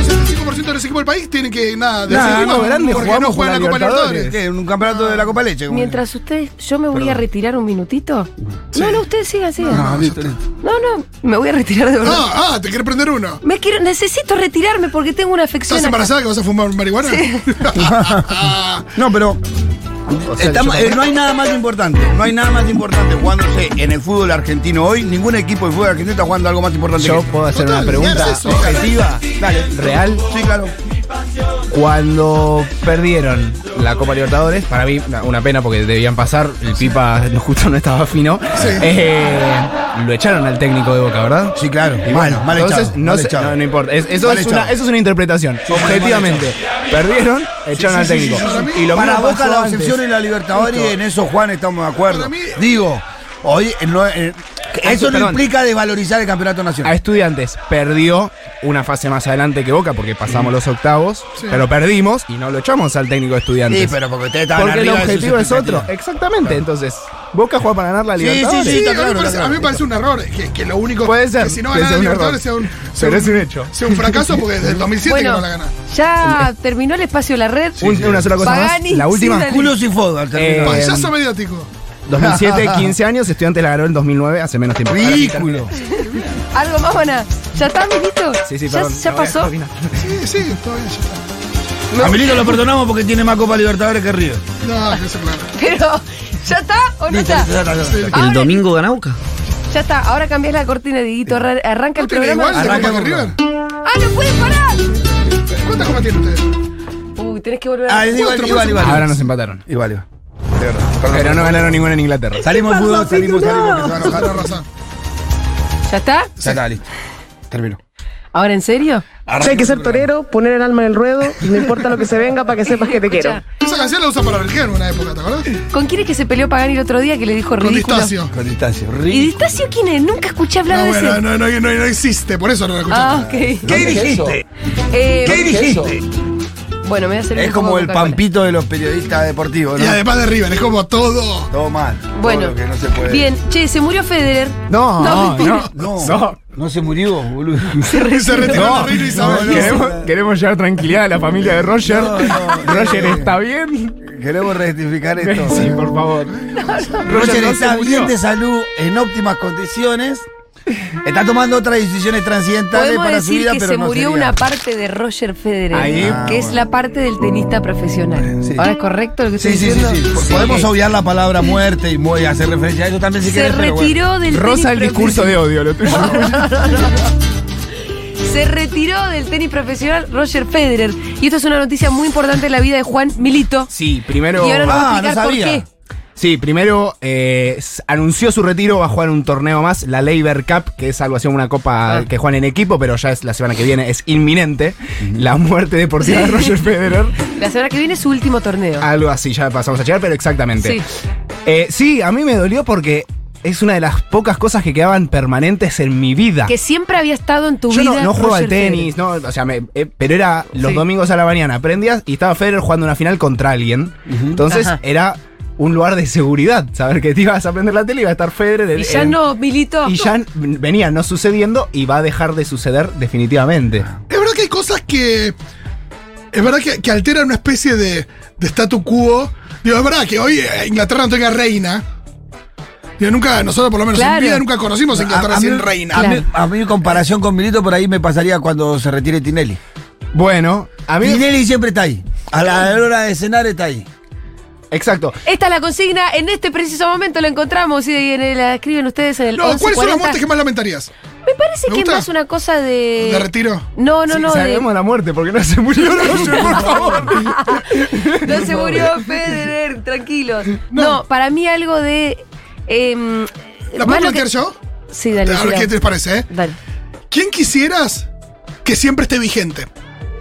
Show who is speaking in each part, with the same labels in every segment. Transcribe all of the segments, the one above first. Speaker 1: 90% de los equipos del país tienen que nada
Speaker 2: Nada, no, grandes
Speaker 1: porque no
Speaker 2: jugamos
Speaker 1: juegan la
Speaker 2: una
Speaker 1: Copa Libertadores.
Speaker 2: ¿Qué? Un campeonato de la Copa Leche. como-
Speaker 3: Mientras ustedes, yo me voy a
Speaker 2: Perdón.
Speaker 3: retirar un minutito. No, no, ustedes sigan, sigan.
Speaker 2: No,
Speaker 3: No,
Speaker 2: listo, listo.
Speaker 3: no, me voy a retirar de verdad.
Speaker 1: Ah, ah, te querés prender uno.
Speaker 3: Me quiero, necesito retirarme porque tengo una afección.
Speaker 1: ¿Estás
Speaker 3: acá.
Speaker 1: embarazada que vas a fumar marihuana?
Speaker 2: No, pero. estamos- eh, no hay nada más importante. No hay nada más importante jugándose en el fútbol argentino hoy. Ningún equipo de fútbol argentino está jugando algo más importante
Speaker 4: Yo
Speaker 2: que
Speaker 4: puedo hacer
Speaker 1: Total,
Speaker 4: una pregunta
Speaker 1: ya es eso.
Speaker 2: objetiva. Dale.
Speaker 4: real.
Speaker 2: Sí, claro.
Speaker 4: Cuando perdieron la Copa Libertadores, para mí una, una pena porque debían pasar, el Pipa justo no estaba fino, eh, lo echaron al técnico de Boca, ¿verdad?
Speaker 2: Sí, claro.
Speaker 4: Y
Speaker 2: mal,
Speaker 4: bueno,
Speaker 2: mal
Speaker 4: entonces,
Speaker 2: echado,
Speaker 4: no,
Speaker 2: mal
Speaker 4: sé-
Speaker 2: echado.
Speaker 4: no, no importa. Es- eso,
Speaker 2: Mal
Speaker 4: es
Speaker 2: echado.
Speaker 4: una, eso es una interpretación. Objetivamente, perdieron, echaron
Speaker 2: sí,
Speaker 4: al
Speaker 2: sí,
Speaker 4: técnico.
Speaker 2: sí,
Speaker 4: Y lo
Speaker 2: Para
Speaker 4: mismo
Speaker 2: Boca
Speaker 4: pasó
Speaker 2: la
Speaker 4: antes.
Speaker 2: obsesión y la Libertadores, y en eso Juan estamos de acuerdo.
Speaker 1: Para mí-
Speaker 2: Digo, hoy eh, no, eh, eso no
Speaker 4: Perdón.
Speaker 2: implica desvalorizar el campeonato
Speaker 4: A
Speaker 2: nacional.
Speaker 4: Estudiantes perdió una fase más adelante que Boca porque pasamos los octavos, pero perdimos y no lo echamos al técnico de Estudiantes.
Speaker 2: Sí, pero porque ustedes estaban
Speaker 4: Porque el
Speaker 2: arriba de sus
Speaker 4: objetivo es otro.
Speaker 2: expectativas.
Speaker 4: Exactamente. Entonces, Boca juega para ganar la
Speaker 2: Sí,
Speaker 4: Libertadores.
Speaker 2: sí,
Speaker 1: Sí, a,
Speaker 2: está
Speaker 1: mí
Speaker 2: claro,
Speaker 1: me parece,
Speaker 2: está
Speaker 1: a mí me
Speaker 2: claro.
Speaker 1: parece un error. Que, que lo único
Speaker 4: Puede ser,
Speaker 1: que si no
Speaker 4: puede
Speaker 1: ganar
Speaker 4: ser
Speaker 1: la
Speaker 4: un
Speaker 1: Libertadores sea
Speaker 4: error.
Speaker 1: un, sea
Speaker 4: Pero es un hecho.
Speaker 1: sea un fracaso porque desde el 2007 que
Speaker 3: Bueno,
Speaker 1: no la gana.
Speaker 3: ya terminó el espacio de la red.
Speaker 4: Un- Una sola cosa
Speaker 3: Pagani,
Speaker 4: más. La última.
Speaker 3: sí, dale.
Speaker 2: Culos y fodo al terminar.
Speaker 4: Eh,
Speaker 1: Payaso mediático.
Speaker 4: 2007, 15 años. Estudiantes la ganó en 2009, hace menos tiempo.
Speaker 2: Ridículo.
Speaker 3: ¿Algo más, Ana? ¿Ya está, Milito?
Speaker 4: Sí, sí,
Speaker 3: ¿Ya-
Speaker 4: perdón.
Speaker 3: ¿Ya,
Speaker 4: No voy a
Speaker 3: pasó?
Speaker 4: opinar.
Speaker 1: Sí, sí, todavía ya está.
Speaker 2: A Milito lo perdonamos porque tiene más Copa Libertadores que Río.
Speaker 1: No, que se claro.
Speaker 3: Pero, ¿ya está o no
Speaker 2: Listo,
Speaker 3: está?
Speaker 2: listo, ya está, ya está.
Speaker 1: Sí.
Speaker 3: Ahora-
Speaker 5: El domingo ganauca.
Speaker 3: Ya está, ahora cambias la cortina, Didito. arra- Arranca el
Speaker 1: ¿No tiene
Speaker 3: programa.
Speaker 1: igual de
Speaker 2: Arranca
Speaker 1: Copa que River?
Speaker 2: con-
Speaker 3: ¡Ah, no pueden parar!
Speaker 1: ¿Cuántas copas tienen ustedes?
Speaker 3: Uy, tenés que volver a.
Speaker 2: Ah, es igual, igual, igual.
Speaker 4: Ahora nos empataron.
Speaker 2: Igual, igual. De verdad. Perdón.
Speaker 4: Pero no ganaron ninguna en Inglaterra.
Speaker 2: Salimos fútbol, salimos, salimos. que se va a
Speaker 1: Para
Speaker 2: enojar.
Speaker 1: la raza.
Speaker 3: ¿Ya está?
Speaker 2: Ya está, listo. Termino.
Speaker 3: ¿Ahora en serio?
Speaker 6: Sí, hay que ser torero, poner el alma en el ruedo, no importa lo que se venga para que sepas que te quiero.
Speaker 1: Esa canción la usan para religión en una época, ¿te acuerdas?
Speaker 3: ¿Con quién es que se peleó Pagani el otro día que le dijo
Speaker 1: Con
Speaker 3: ridículo?
Speaker 1: distacio.
Speaker 2: Con distancia.
Speaker 3: ¿Y Distacio quién es? Nunca escuché hablar
Speaker 1: No,
Speaker 3: de
Speaker 1: bueno,
Speaker 3: ese.
Speaker 1: no, no, no, no existe, por eso no la
Speaker 3: Ah,
Speaker 1: escuchaste.
Speaker 3: ok.
Speaker 2: ¿Qué dijiste?
Speaker 3: Eh,
Speaker 2: ¿Qué dijiste?
Speaker 3: Bueno, me voy a hacer un
Speaker 2: Es
Speaker 3: poco
Speaker 2: como
Speaker 3: de
Speaker 2: el
Speaker 3: Coca-Cola.
Speaker 2: pampito de los periodistas deportivos,
Speaker 1: Y
Speaker 2: ¿no?
Speaker 1: además de River, es como todo.
Speaker 2: Todo mal. Todo
Speaker 3: Bueno,
Speaker 2: lo que no se puede.
Speaker 3: bien. Che, se murió Federer.
Speaker 4: No, no,
Speaker 3: mentira.
Speaker 4: no.
Speaker 2: No,
Speaker 4: No.
Speaker 2: no se murió, boludo.
Speaker 1: Se retiró la reina Isabel.
Speaker 4: Queremos, queremos llevar tranquilidad a la familia de Roger.
Speaker 2: No, no, no.
Speaker 4: Roger está bien.
Speaker 2: Queremos rectificar esto.
Speaker 4: Sí, por favor.
Speaker 2: Roger
Speaker 4: no se
Speaker 2: está
Speaker 4: murió.
Speaker 2: bien de salud, en óptimas condiciones. Está tomando otras decisiones trascendentales
Speaker 3: Podemos
Speaker 2: para su
Speaker 3: decir
Speaker 2: vida,
Speaker 3: que
Speaker 2: pero
Speaker 3: se
Speaker 2: no
Speaker 3: murió
Speaker 2: sería.
Speaker 3: una parte de Roger Federer,
Speaker 4: Ahí.
Speaker 2: Ah,
Speaker 3: que es la parte del tenista profesional.
Speaker 2: Sí.
Speaker 3: ¿Ahora es correcto lo que estoy
Speaker 2: Sí, sí, sí,
Speaker 3: diciendo?
Speaker 2: sí. Podemos
Speaker 3: ok.
Speaker 2: obviar la palabra muerte y muy- hacer referencia a eso también si
Speaker 3: Se
Speaker 2: querés, pero bueno.
Speaker 3: retiró del tenis
Speaker 4: Rosa el discurso de odio, lo tuyo.
Speaker 3: Se retiró del tenis profesional Roger Federer. Y esto es una noticia muy importante en la vida de Juan Milito.
Speaker 4: Sí, primero.
Speaker 3: Y ahora nos va a
Speaker 2: Ah, no
Speaker 3: explicar por
Speaker 2: sabía.
Speaker 3: qué.
Speaker 4: Sí, primero eh, s- anunció su retiro, va a jugar un torneo más, la Labor Cup, que es algo así como una copa que juegan en equipo, pero ya es la semana que viene, es inminente la muerte deportiva de Roger Federer.
Speaker 3: La semana que viene es su último torneo.
Speaker 4: Algo así, ya pasamos a llegar, pero exactamente.
Speaker 3: Sí.
Speaker 4: Eh, sí, a mí me dolió porque es una de las pocas cosas que quedaban permanentes en mi vida.
Speaker 3: Que siempre había estado en tu
Speaker 4: Yo
Speaker 3: vida.
Speaker 4: no, no juego al
Speaker 3: Roger
Speaker 4: tenis, no, o sea, me- eh, pero era los
Speaker 3: Sí.
Speaker 4: domingos a la mañana, aprendías y estaba Federer jugando una final contra alguien. Entonces
Speaker 3: Ajá.
Speaker 4: era un lugar de seguridad, saber que te ibas a prender la tele y iba a estar Federer.
Speaker 3: Federer.
Speaker 4: en-
Speaker 3: Y ya
Speaker 4: en-
Speaker 3: no, Milito.
Speaker 4: Y ya n- venía no sucediendo y va a dejar de suceder definitivamente.
Speaker 3: Ah.
Speaker 1: Es verdad que hay cosas que. Es verdad que, que alteran una especie de, de statu quo. Digo, es verdad que hoy eh, Inglaterra no tenga reina. Digo, nunca, nosotros por lo menos
Speaker 3: Claro.
Speaker 1: en vida nunca conocimos a Inglaterra
Speaker 2: A- a
Speaker 1: sin
Speaker 2: mí-
Speaker 1: reina.
Speaker 2: A mí,
Speaker 3: Claro.
Speaker 2: a mí en comparación con Milito, por ahí me pasaría cuando se retire Tinelli.
Speaker 4: Bueno, a mí.
Speaker 2: Tinelli siempre está ahí. A la hora de cenar está ahí.
Speaker 4: Exacto.
Speaker 3: Esta es la consigna, en este preciso momento la encontramos y en el- la escriben ustedes en el
Speaker 1: No, ¿cuáles son las
Speaker 3: 11:40.
Speaker 1: muertes que más lamentarías?
Speaker 3: Me parece
Speaker 1: ¿Me
Speaker 3: que es
Speaker 1: gusta?
Speaker 3: más una cosa de...
Speaker 1: ¿De retiro?
Speaker 3: No, no,
Speaker 4: Sí,
Speaker 3: no, de-
Speaker 4: sabemos la muerte porque no se murió Roger, por favor.
Speaker 3: No se murió Federer, tranquilos. No, para mí algo de... em,
Speaker 1: ¿La puedo
Speaker 3: más lo
Speaker 1: plantear yo?
Speaker 3: que- Sí, dale.
Speaker 1: A ver
Speaker 3: sí,
Speaker 1: qué
Speaker 3: dale.
Speaker 1: te parece, ¿eh?
Speaker 3: Dale.
Speaker 1: ¿Quién quisieras que siempre esté vigente?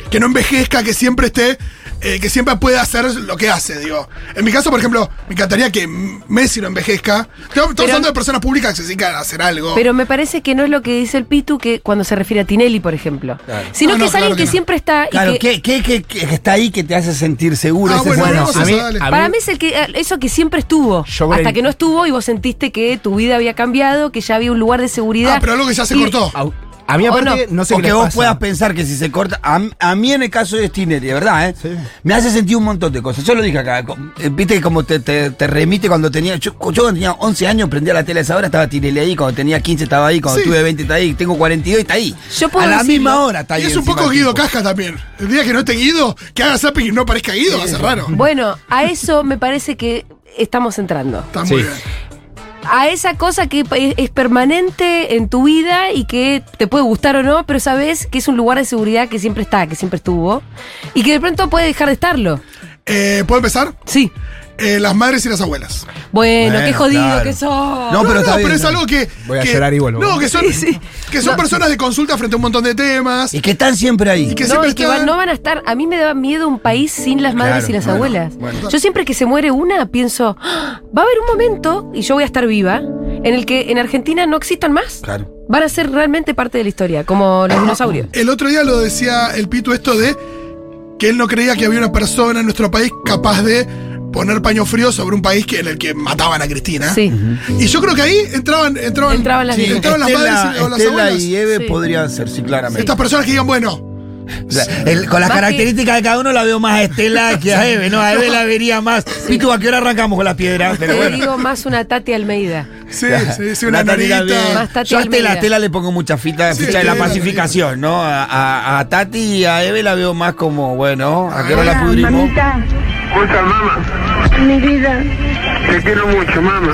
Speaker 1: Que no envejezca, que siempre esté, eh, que siempre pueda hacer lo que hace, digo. En mi caso, por ejemplo, me encantaría que M- Messi no envejezca. Estamos estamos hablando de personas públicas que se dedican a hacer algo. Ah,
Speaker 3: Pero me parece que no es lo que dice el Pitu que cuando se refiere a Tinelli, por ejemplo. Sino
Speaker 1: No,
Speaker 3: que
Speaker 1: no,
Speaker 3: es alguien
Speaker 1: claro
Speaker 3: que,
Speaker 1: que no.
Speaker 3: siempre está... y
Speaker 2: Claro,
Speaker 3: que-
Speaker 2: ¿qué, qué, qué- qué está ahí que te hace sentir seguro?
Speaker 1: Ah,
Speaker 2: Ese
Speaker 1: bueno,
Speaker 2: es-
Speaker 4: Bueno,
Speaker 1: vamos
Speaker 4: a mí,
Speaker 1: eso, dale.
Speaker 4: a mí-
Speaker 3: Para mí es el que, eh, eso que siempre estuvo.
Speaker 4: Yo creo
Speaker 3: hasta
Speaker 4: que-
Speaker 3: que no estuvo y vos sentiste que tu vida había cambiado, que ya había un lugar de seguridad.
Speaker 1: Ah, pero algo que ya se
Speaker 3: Y-
Speaker 1: cortó.
Speaker 4: Au- A mí,
Speaker 3: O
Speaker 4: aparte, no,
Speaker 2: No
Speaker 4: sé
Speaker 2: o
Speaker 4: qué
Speaker 2: que
Speaker 4: les
Speaker 2: vos
Speaker 4: pasa.
Speaker 2: puedas pensar que si se corta. A, a mí en el caso de Stiner, de verdad, ¿eh? me hace sentir un montón de cosas. Yo lo dije acá. co- eh, Viste como te, te- te remite cuando tenía. Yo, yo cuando tenía 11 años prendía la tele a esa hora, estaba Tinelli ahí. Cuando tenía 15 estaba ahí. Cuando
Speaker 1: Sí.
Speaker 2: tuve 20 está ahí. Tengo 42 está ahí.
Speaker 3: Yo puedo
Speaker 2: a la
Speaker 3: decirlo.
Speaker 2: misma hora está ahí.
Speaker 1: Y es un
Speaker 2: encima
Speaker 1: poco
Speaker 2: el
Speaker 1: Guido
Speaker 2: tipo.
Speaker 1: Casca también. El día que no esté Guido, que haga zapping y no parezca Guido, va a ser raro.
Speaker 3: Bueno, a eso me parece que estamos entrando.
Speaker 1: Está
Speaker 4: Sí.
Speaker 1: muy bien.
Speaker 3: A esa cosa que pa- es permanente en tu vida y que te puede gustar o no, pero sabes que es un lugar de seguridad que siempre está, que siempre estuvo, y que de pronto puede dejar de estarlo.
Speaker 1: Eh, ¿Puedo empezar?
Speaker 3: Sí.
Speaker 1: Eh, las madres y las abuelas.
Speaker 3: Bueno,
Speaker 2: Bueno,
Speaker 3: qué jodido
Speaker 2: claro.
Speaker 3: que sos.
Speaker 2: No, pero está bien,
Speaker 1: es
Speaker 2: está
Speaker 1: algo que.
Speaker 4: Voy a
Speaker 1: que-
Speaker 4: llorar y vuelvo.
Speaker 1: No, que son,
Speaker 3: Sí, sí.
Speaker 1: Que son personas de consulta frente a un montón de temas.
Speaker 2: Y que están siempre ahí.
Speaker 1: Y que
Speaker 3: no,
Speaker 1: siempre
Speaker 3: es que
Speaker 1: están-
Speaker 3: van- no van a estar. A mí me daba miedo un país sin las madres y las
Speaker 2: bueno,
Speaker 3: abuelas.
Speaker 2: bueno.
Speaker 3: Yo siempre que se muere una pienso, "Ah, va a haber un momento, y yo voy a estar viva, en el que en Argentina no existan más.
Speaker 2: Claro.
Speaker 3: Van a ser realmente parte de la historia, como los dinosaurios.
Speaker 1: El otro día lo decía el Pitu esto de que él no creía que había una persona en nuestro país capaz de poner paño frío sobre un país que, en el que mataban a Cristina.
Speaker 3: Sí.
Speaker 1: Y yo creo que ahí entraban, entraban,
Speaker 3: Entraban las viejas.
Speaker 1: entraban las
Speaker 2: Estela,
Speaker 1: madres y o las
Speaker 2: Estela
Speaker 1: abuelas.
Speaker 2: y Eve
Speaker 3: Sí.
Speaker 2: podrían ser, sí, claramente.
Speaker 1: Estas personas que digan, bueno,
Speaker 2: O sea, el- con las
Speaker 3: Más
Speaker 2: características de cada uno la veo más a Estela que a Eve, ¿no? A Eve la vería más. Pitu, ¿a qué hora arrancamos con las piedras? Pero
Speaker 3: Te
Speaker 2: bueno.
Speaker 3: digo más una Tati Almeida.
Speaker 1: sí, sí, sí, una
Speaker 2: La Tati también.
Speaker 1: narita.
Speaker 3: Más Tati
Speaker 2: Yo a Estela,
Speaker 3: Almeida.
Speaker 2: a Estela le pongo mucha fita,
Speaker 1: Sí,
Speaker 2: ficha de la
Speaker 1: Estela,
Speaker 2: pacificación, ¿no? A, a- a Tati y a Eve la veo más como, bueno, ¿a qué hora la
Speaker 1: Ah,
Speaker 5: Hola,
Speaker 2: pudrimos?
Speaker 5: Ah, mamita,
Speaker 7: Escucha, mamá,
Speaker 5: mi vida.
Speaker 7: te quiero mucho, mamá.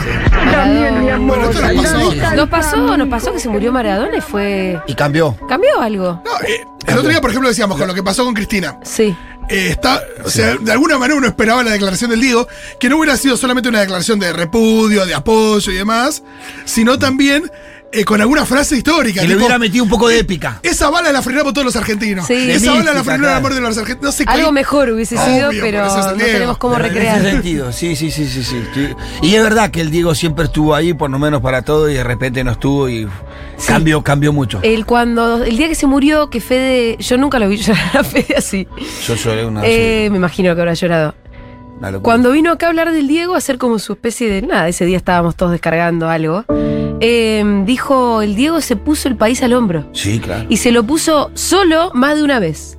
Speaker 5: También, mi amor.
Speaker 1: Bueno, esto nos pasó.
Speaker 3: Nos pasó, nos pasó que se murió Maradona y fue.
Speaker 2: Y cambió.
Speaker 3: ¿Cambió algo?
Speaker 1: No, eh, el otro día, por ejemplo, decíamos con lo que pasó con Cristina.
Speaker 3: Sí.
Speaker 1: Eh, está, o sea, de alguna manera uno esperaba la declaración del Diego, que no hubiera sido solamente una declaración de repudio, de apoyo y demás, sino también eh, con alguna frase histórica.
Speaker 2: Que le
Speaker 1: tipo,
Speaker 2: hubiera metido un poco de épica.
Speaker 1: Esa bala la frenamos todos los argentinos.
Speaker 3: Sí. De
Speaker 1: Esa bala la
Speaker 2: mística,
Speaker 1: frenó el
Speaker 2: claro.
Speaker 1: amor de los argentinos. No sé
Speaker 3: Algo
Speaker 1: qué-
Speaker 3: mejor hubiese sido,
Speaker 1: Obvio,
Speaker 3: pero
Speaker 1: por eso es el
Speaker 3: no
Speaker 1: Diego.
Speaker 3: tenemos cómo
Speaker 2: Pero En ese
Speaker 3: recrear.
Speaker 2: sentido, sí, sí, sí, sí, sí. sí. Y es verdad que el Diego siempre estuvo ahí, por lo menos para todo, y de repente no estuvo y cambió, cambió mucho.
Speaker 3: El cuando el día que se murió, que Fede, yo nunca lo vi llorar a Fede así.
Speaker 2: Yo lloré una
Speaker 3: Eh, me imagino que habrá llorado.
Speaker 2: una locura.
Speaker 3: Cuando vino acá a hablar del Diego, a hacer como su especie de nada, ese día estábamos todos descargando algo. eh, dijo, el Diego se puso el país al hombro.
Speaker 2: Sí, claro.
Speaker 3: Y se lo puso solo más de una vez.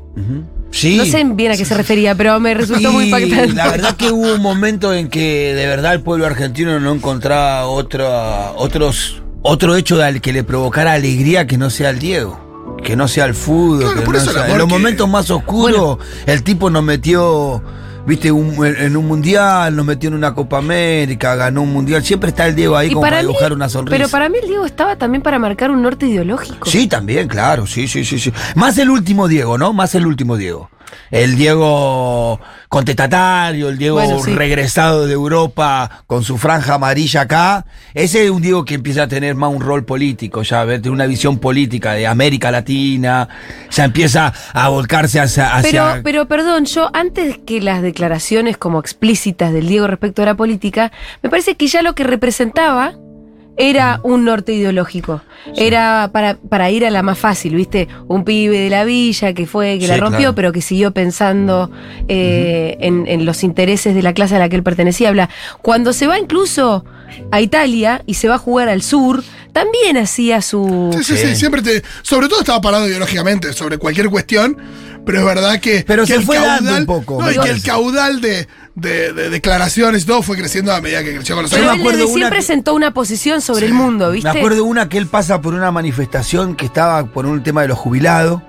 Speaker 2: Sí.
Speaker 3: No sé bien a qué se refería, pero me resultó muy
Speaker 2: Y
Speaker 3: impactante.
Speaker 2: La verdad que hubo un momento en que de verdad el pueblo argentino no encontraba otra, otros, otro hecho al que le provocara alegría que no sea el Diego, que no sea el fútbol.
Speaker 1: Claro,
Speaker 2: que
Speaker 1: por
Speaker 2: no
Speaker 1: eso el
Speaker 2: sea-
Speaker 1: amor
Speaker 2: en los
Speaker 1: que-
Speaker 2: momentos más oscuros el tipo nos metió, viste, un- en, en un mundial, nos metió en una Copa América, ganó un mundial. Siempre está el Diego ahí
Speaker 3: Y
Speaker 2: como para,
Speaker 3: para mí-
Speaker 2: dibujar una sonrisa.
Speaker 3: Pero para mí el Diego estaba también para marcar un norte ideológico.
Speaker 2: Sí, también, claro, sí, sí, sí, sí. Más el último Diego, ¿no? Más el último Diego. El Diego contestatario, el Diego
Speaker 3: Bueno, sí.
Speaker 2: regresado de Europa con su franja amarilla acá. Ese es un Diego que empieza a tener más un rol político, ya, ver, tiene una visión política de América Latina. Ya empieza a volcarse hacia. hacia-
Speaker 3: Pero, pero perdón, yo antes que las declaraciones como explícitas del Diego respecto a la política, me parece que ya lo que representaba era un norte ideológico. Era para, para ir a la más fácil, ¿viste? Un pibe de la villa que fue, que la
Speaker 2: Sí,
Speaker 3: rompió,
Speaker 2: claro.
Speaker 3: pero que siguió pensando eh, en, en los intereses de la clase a la que él pertenecía. Bla. Cuando se va incluso a Italia y se va a jugar al sur, también hacía su...
Speaker 1: Sí, sí, sí, siempre te. Sobre todo estaba parado ideológicamente sobre cualquier cuestión, pero es verdad que.
Speaker 2: Pero
Speaker 1: que
Speaker 2: se fue dando un poco,
Speaker 1: no,
Speaker 2: me
Speaker 1: y que el
Speaker 2: parece.
Speaker 1: caudal de, de- de declaraciones y todo fue creciendo a medida que creció con los
Speaker 2: Yo
Speaker 3: Pero
Speaker 2: me
Speaker 1: años.
Speaker 3: él
Speaker 2: acuerdo
Speaker 3: desde
Speaker 2: una
Speaker 3: siempre
Speaker 2: que-
Speaker 3: sentó una posición sobre el mundo, ¿viste?
Speaker 2: Me acuerdo una que él pasa por una manifestación que estaba por un tema de los jubilados,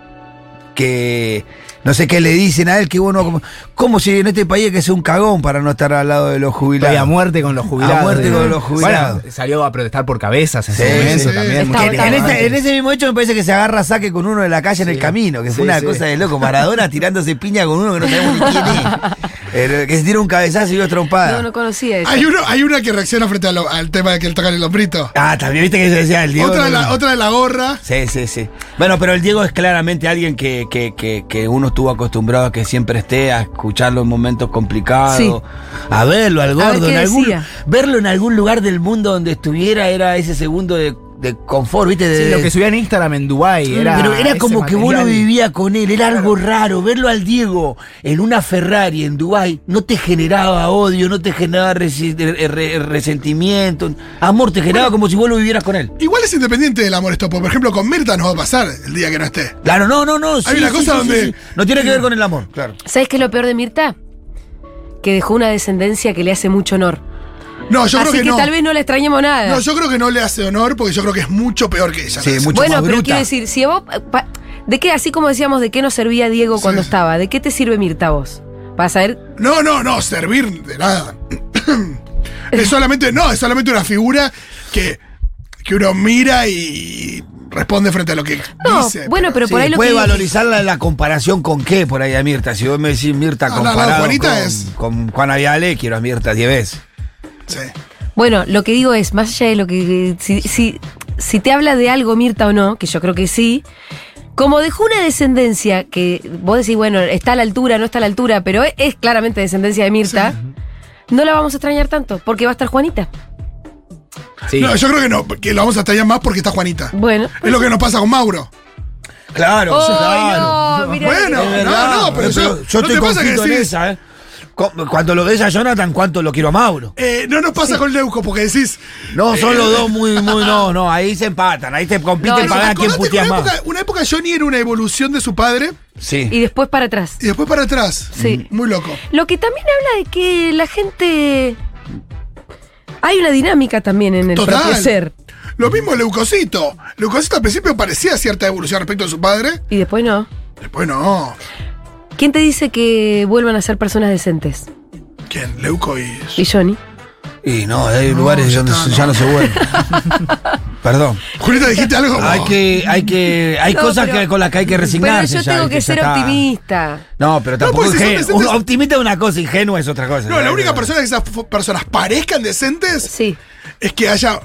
Speaker 2: que no sé qué le dicen a él, que bueno, como, como si en este país hay que ser un cagón para no estar al lado de los
Speaker 4: Estoy
Speaker 2: jubilados.
Speaker 4: a muerte con los jubilados.
Speaker 2: A muerte
Speaker 4: digo.
Speaker 2: con los jubilados.
Speaker 4: Bueno, salió a protestar por cabezas en
Speaker 2: Sí,
Speaker 4: ese momento
Speaker 1: sí.
Speaker 4: también.
Speaker 3: Está
Speaker 4: mucha
Speaker 2: En,
Speaker 3: votado.
Speaker 4: gente.
Speaker 2: en ese, en ese mismo hecho me parece que se agarra saque con uno de la calle en el camino, que fue
Speaker 4: Sí,
Speaker 2: una
Speaker 4: sí.
Speaker 2: cosa de loco. Maradona tirándose piña con uno que no sabemos ni quién es. Eh, que se tira un cabezazo y dos
Speaker 1: Ah.
Speaker 2: trompadas.
Speaker 3: No, no conocía eso.
Speaker 1: Hay, uno, hay una que reacciona frente a lo- al tema de que él toca el lombrito.
Speaker 2: Ah, también viste que se decía el Diego.
Speaker 1: Otra de,
Speaker 2: no-
Speaker 1: la, otra de la gorra.
Speaker 2: Sí, sí, sí. Bueno, pero el Diego es claramente alguien que, que, que, que uno estuvo acostumbrado a que siempre esté, a escucharlo en momentos complicados,
Speaker 3: Sí.
Speaker 2: a verlo al
Speaker 3: ver
Speaker 2: gordo,
Speaker 3: qué
Speaker 2: en algún,
Speaker 3: decía.
Speaker 2: verlo en algún lugar del mundo donde estuviera era ese segundo de de confort, ¿viste? De,
Speaker 4: Sí, lo que subía en Instagram en Dubái era.
Speaker 2: pero era
Speaker 4: ese
Speaker 2: como que vos lo
Speaker 4: material.
Speaker 2: vivías con él, era algo raro. Verlo al Diego en una Ferrari en Dubai no te generaba odio, no te generaba resi- re- re- resentimiento. Amor, te generaba como si vos lo vivieras con él.
Speaker 1: Igual es independiente del amor esto, porque, por ejemplo, con Mirta nos va a pasar el día que no esté.
Speaker 2: Claro, no, no, no. sí,
Speaker 1: una
Speaker 2: sí,
Speaker 1: cosa
Speaker 2: sí, sí,
Speaker 1: donde-
Speaker 2: sí. No tiene que ver con el amor, claro.
Speaker 3: ¿Sabes qué es lo peor de Mirta? Que dejó una descendencia que le hace mucho honor.
Speaker 1: No, yo
Speaker 3: Así
Speaker 1: creo
Speaker 3: que,
Speaker 1: que, no.
Speaker 3: tal vez no la extrañemos nada.
Speaker 1: No, yo creo que no le hace honor porque yo creo que es mucho peor que ella.
Speaker 2: Sí,
Speaker 1: ¿no?
Speaker 2: mucho
Speaker 3: bueno,
Speaker 2: más
Speaker 3: pero
Speaker 2: bruta.
Speaker 3: quiero decir, si a vos. pa- ¿De qué? Así como decíamos, ¿de qué nos servía Diego cuando
Speaker 1: Sí.
Speaker 3: estaba? ¿De qué te sirve Mirta a vos? Para saber.
Speaker 1: No, no, no, servir de nada. es solamente, no, es solamente una figura que, que uno mira y responde frente a lo que
Speaker 3: No,
Speaker 1: dice.
Speaker 3: bueno, pero
Speaker 2: Sí,
Speaker 3: por ahí lo
Speaker 2: puede
Speaker 3: que.
Speaker 2: valorizar la, la comparación con qué por ahí a Mirta. Si vos me decís Mirta
Speaker 1: No, no, no,
Speaker 2: comparado
Speaker 1: Juanita
Speaker 2: con,
Speaker 1: es-
Speaker 2: con Juana Viale, quiero a Mirta 10 veces.
Speaker 1: Sí.
Speaker 3: Bueno, lo que digo es, más allá de lo que. Si, si, si te habla de algo, Mirta o no, que yo creo que sí. Como dejó una descendencia que vos decís, bueno, está a la altura, no está a la altura, pero es, es claramente descendencia de Mirta, no la vamos a extrañar tanto, porque va a estar Juanita.
Speaker 4: Sí.
Speaker 1: No, yo creo que no, que lo vamos a estallar más porque está Juanita.
Speaker 3: Bueno.
Speaker 1: Es lo que nos pasa con Mauro.
Speaker 2: Claro,
Speaker 3: ¡Ay,
Speaker 2: claro.
Speaker 3: no! Mirá,
Speaker 1: Bueno,
Speaker 3: mirá.
Speaker 1: Oh, no, no, pero yo- ¿no
Speaker 2: estoy
Speaker 1: te pasa que
Speaker 2: conflicto en
Speaker 1: decís-
Speaker 2: esa, ¿eh? Cu- Cuando lo ves a Jonathan, ¿cuánto lo quiero a Mauro?
Speaker 1: Eh, no nos pasa con Leuco porque decís.
Speaker 2: No, son los dos muy, muy, no, no, ahí se empatan, ahí te compiten
Speaker 3: No,
Speaker 2: para ver a
Speaker 1: Acordate
Speaker 2: quién
Speaker 1: que
Speaker 2: puteas
Speaker 1: una,
Speaker 2: más.
Speaker 1: época, una época Johnny era una evolución de su padre
Speaker 2: Sí.
Speaker 3: Y después para atrás.
Speaker 1: y después para atrás. Mm,
Speaker 3: Sí.
Speaker 1: Muy loco.
Speaker 3: Lo que también habla de que la gente. Hay una dinámica también en el
Speaker 1: Total.
Speaker 3: propio ser.
Speaker 1: Lo mismo Leucocito. Leucocito al principio parecía cierta evolución respecto a su padre.
Speaker 3: Y después no.
Speaker 1: Después no.
Speaker 3: ¿Quién te dice que vuelvan a ser personas decentes?
Speaker 1: ¿Quién? Leuco y.
Speaker 3: ¿Y Johnny?
Speaker 2: Y no, hay lugares
Speaker 1: ya
Speaker 2: donde
Speaker 1: está,
Speaker 2: ya no se vuelve. Perdón.
Speaker 1: Julieta, dijiste algo.
Speaker 2: Hay que, hay que, hay
Speaker 3: No,
Speaker 2: cosas
Speaker 3: pero-
Speaker 2: que, con las que hay que resignarse.
Speaker 3: Pero yo
Speaker 2: ya,
Speaker 3: tengo
Speaker 2: ¿viste?
Speaker 3: que
Speaker 2: Ya
Speaker 3: ser
Speaker 2: está.
Speaker 3: optimista.
Speaker 2: No, pero tampoco
Speaker 1: porque pues, si son
Speaker 2: ingenuo.
Speaker 1: decentes-
Speaker 2: Un Optimista es una cosa, ingenua es otra cosa.
Speaker 1: No, la única persona que esas fo- personas parezcan decentes
Speaker 3: Sí.
Speaker 1: es que haya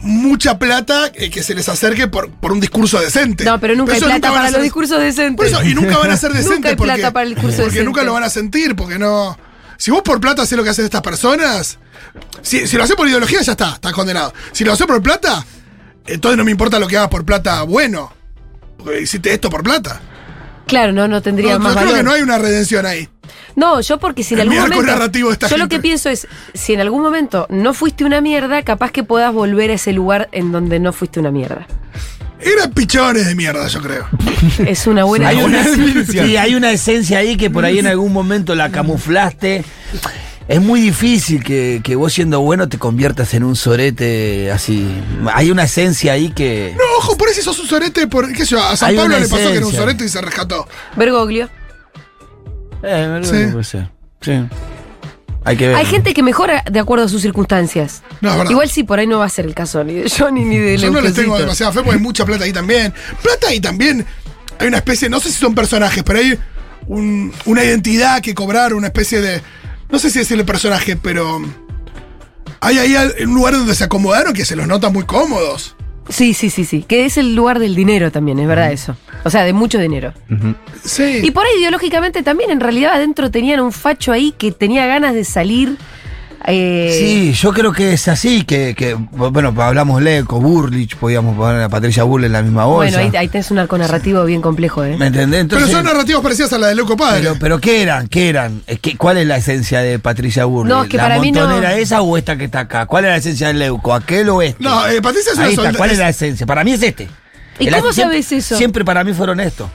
Speaker 1: mucha plata eh, que se les acerque por, por un discurso decente.
Speaker 3: No, pero nunca hay
Speaker 1: eso
Speaker 3: plata
Speaker 1: van a
Speaker 3: para
Speaker 1: ser-
Speaker 3: los discursos decentes.
Speaker 1: Por eso, y nunca van a ser
Speaker 3: Este, Nunca
Speaker 1: decentes
Speaker 3: hay
Speaker 1: porque,
Speaker 3: plata para el discurso
Speaker 1: porque
Speaker 3: decente.
Speaker 1: nunca lo van a sentir, porque no. Si vos por plata haces lo que hacen estas personas, si, si lo haces por ideología ya está, estás condenado. Si lo haces por plata, entonces no me importa lo que hagas por plata bueno. Porque hiciste esto por plata.
Speaker 3: Claro, no, no
Speaker 1: No,
Speaker 3: tendría
Speaker 1: yo
Speaker 3: más
Speaker 1: creo
Speaker 3: valor.
Speaker 1: que no hay una redención ahí.
Speaker 3: No, yo porque si
Speaker 1: El
Speaker 3: en algún
Speaker 1: miércoles
Speaker 3: momento.
Speaker 1: narrativo de esta
Speaker 3: yo lo
Speaker 1: gente.
Speaker 3: que pienso es, si en algún momento no fuiste una mierda, capaz que puedas volver a ese lugar en donde no fuiste una mierda.
Speaker 1: Eran pichones de mierda, yo creo.
Speaker 3: Es una buena
Speaker 2: Hay una,
Speaker 4: definición.
Speaker 2: sí, hay una esencia ahí que por ahí en algún momento la camuflaste. Es muy difícil que, que vos siendo bueno te conviertas en un sorete así. Hay una esencia ahí que.
Speaker 1: No, ojo, por eso sos un sorete. Por, ¿qué sé yo? A San
Speaker 2: Hay
Speaker 1: Pablo
Speaker 2: una
Speaker 1: le pasó que era un
Speaker 2: esencia.
Speaker 1: sorete y se rescató.
Speaker 3: Bergoglio.
Speaker 2: Eh, bueno,
Speaker 1: Sí.
Speaker 2: puede ser. Sí. Hay que ver.
Speaker 3: Hay gente que mejora de acuerdo a sus circunstancias.
Speaker 1: No, es verdad.
Speaker 3: Igual sí, por ahí no va a ser el caso ni de Johnny ni de
Speaker 1: Yo no les
Speaker 3: Leucocito.
Speaker 1: tengo demasiada fe porque hay mucha plata ahí también. Plata ahí también. Hay una especie, no sé si son personajes, pero hay un- una identidad que cobrar, una especie de. No sé si decirle personaje, pero. Hay ahí al- un lugar donde se acomodaron que se los nota muy cómodos.
Speaker 3: Sí, sí, sí, sí. Que es el lugar del dinero también, es verdad eso. O sea, de mucho dinero.
Speaker 1: Sí.
Speaker 3: Y por ahí ideológicamente también, en realidad adentro tenían un facho ahí que tenía ganas de salir. eh,
Speaker 2: Sí, yo creo que es así, que, que, bueno, hablamos Leco, Burlich, podíamos poner a Patricia Burle en la misma bolsa.
Speaker 3: Bueno, ahí, ahí tenés un arco narrativo bien complejo, ¿eh?
Speaker 2: ¿Me entendés?
Speaker 1: pero
Speaker 2: Entonces,
Speaker 1: son narrativas parecidas a la de Leuco Padre.
Speaker 2: Pero, pero ¿qué eran? ¿Qué eran? Es que, ¿Cuál es la esencia de Patricia Burley?
Speaker 3: No, es que
Speaker 2: ¿La
Speaker 3: para mí no.
Speaker 2: montonera esa o esta que está acá? ¿Cuál es la esencia del Leuco? ¿Aquel o este?
Speaker 1: No, eh, Patricia es una
Speaker 2: Ahí está,
Speaker 1: solda-
Speaker 2: ¿cuál es
Speaker 1: es-
Speaker 2: la esencia? Para mí es este.
Speaker 3: ¿Y
Speaker 2: El-
Speaker 3: cómo
Speaker 2: siempre-
Speaker 3: sabes eso?
Speaker 2: Siempre para mí fueron estos.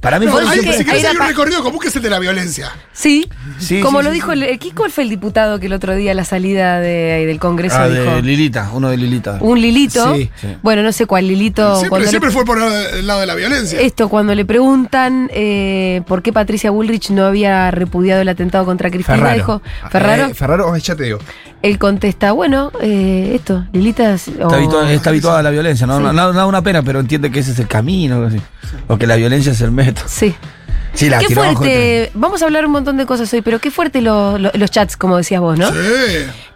Speaker 2: Para mí
Speaker 1: No,
Speaker 2: fueron
Speaker 1: hay,
Speaker 2: siempre...
Speaker 1: si querés,
Speaker 3: ahí la
Speaker 1: hay un
Speaker 3: pa-
Speaker 1: recorrido común que es el de la violencia.
Speaker 3: Sí.
Speaker 2: Sí,
Speaker 3: Como
Speaker 2: sí,
Speaker 3: lo
Speaker 2: sí,
Speaker 3: dijo,
Speaker 2: sí.
Speaker 3: el, eh, ¿qué- ¿cuál fue el diputado que el otro día a la salida de- eh, del Congreso
Speaker 2: Ah,
Speaker 3: dijo?
Speaker 2: de Lilita, uno de Lilita.
Speaker 3: Un Lilito.
Speaker 4: Sí,
Speaker 2: sí.
Speaker 3: Bueno, no sé cuál Lilito.
Speaker 1: siempre
Speaker 3: cuando le-
Speaker 1: siempre fue por el lado de la violencia.
Speaker 3: Esto, cuando le preguntan eh, por qué Patricia Bullrich no había repudiado el atentado contra Cristina,
Speaker 4: Ferraro.
Speaker 3: dijo, Ferraro,
Speaker 4: Eh, Ferraro, ay, ya te digo.
Speaker 3: él contesta, bueno, eh, esto, Lilita... es- o-
Speaker 2: Está, habitua- está habituada a la violencia, ¿no?
Speaker 3: Oh, Sí.
Speaker 2: No, no, no, una pena, pero entiende que ese es el camino, algo así. o que la violencia es el método.
Speaker 3: Sí.
Speaker 2: Sí, la
Speaker 3: Qué
Speaker 2: tiró abajo el tren.
Speaker 3: fuerte, vamos a hablar un montón de cosas hoy, pero qué fuerte lo- lo- los chats, como decías vos, ¿no?
Speaker 1: Sí.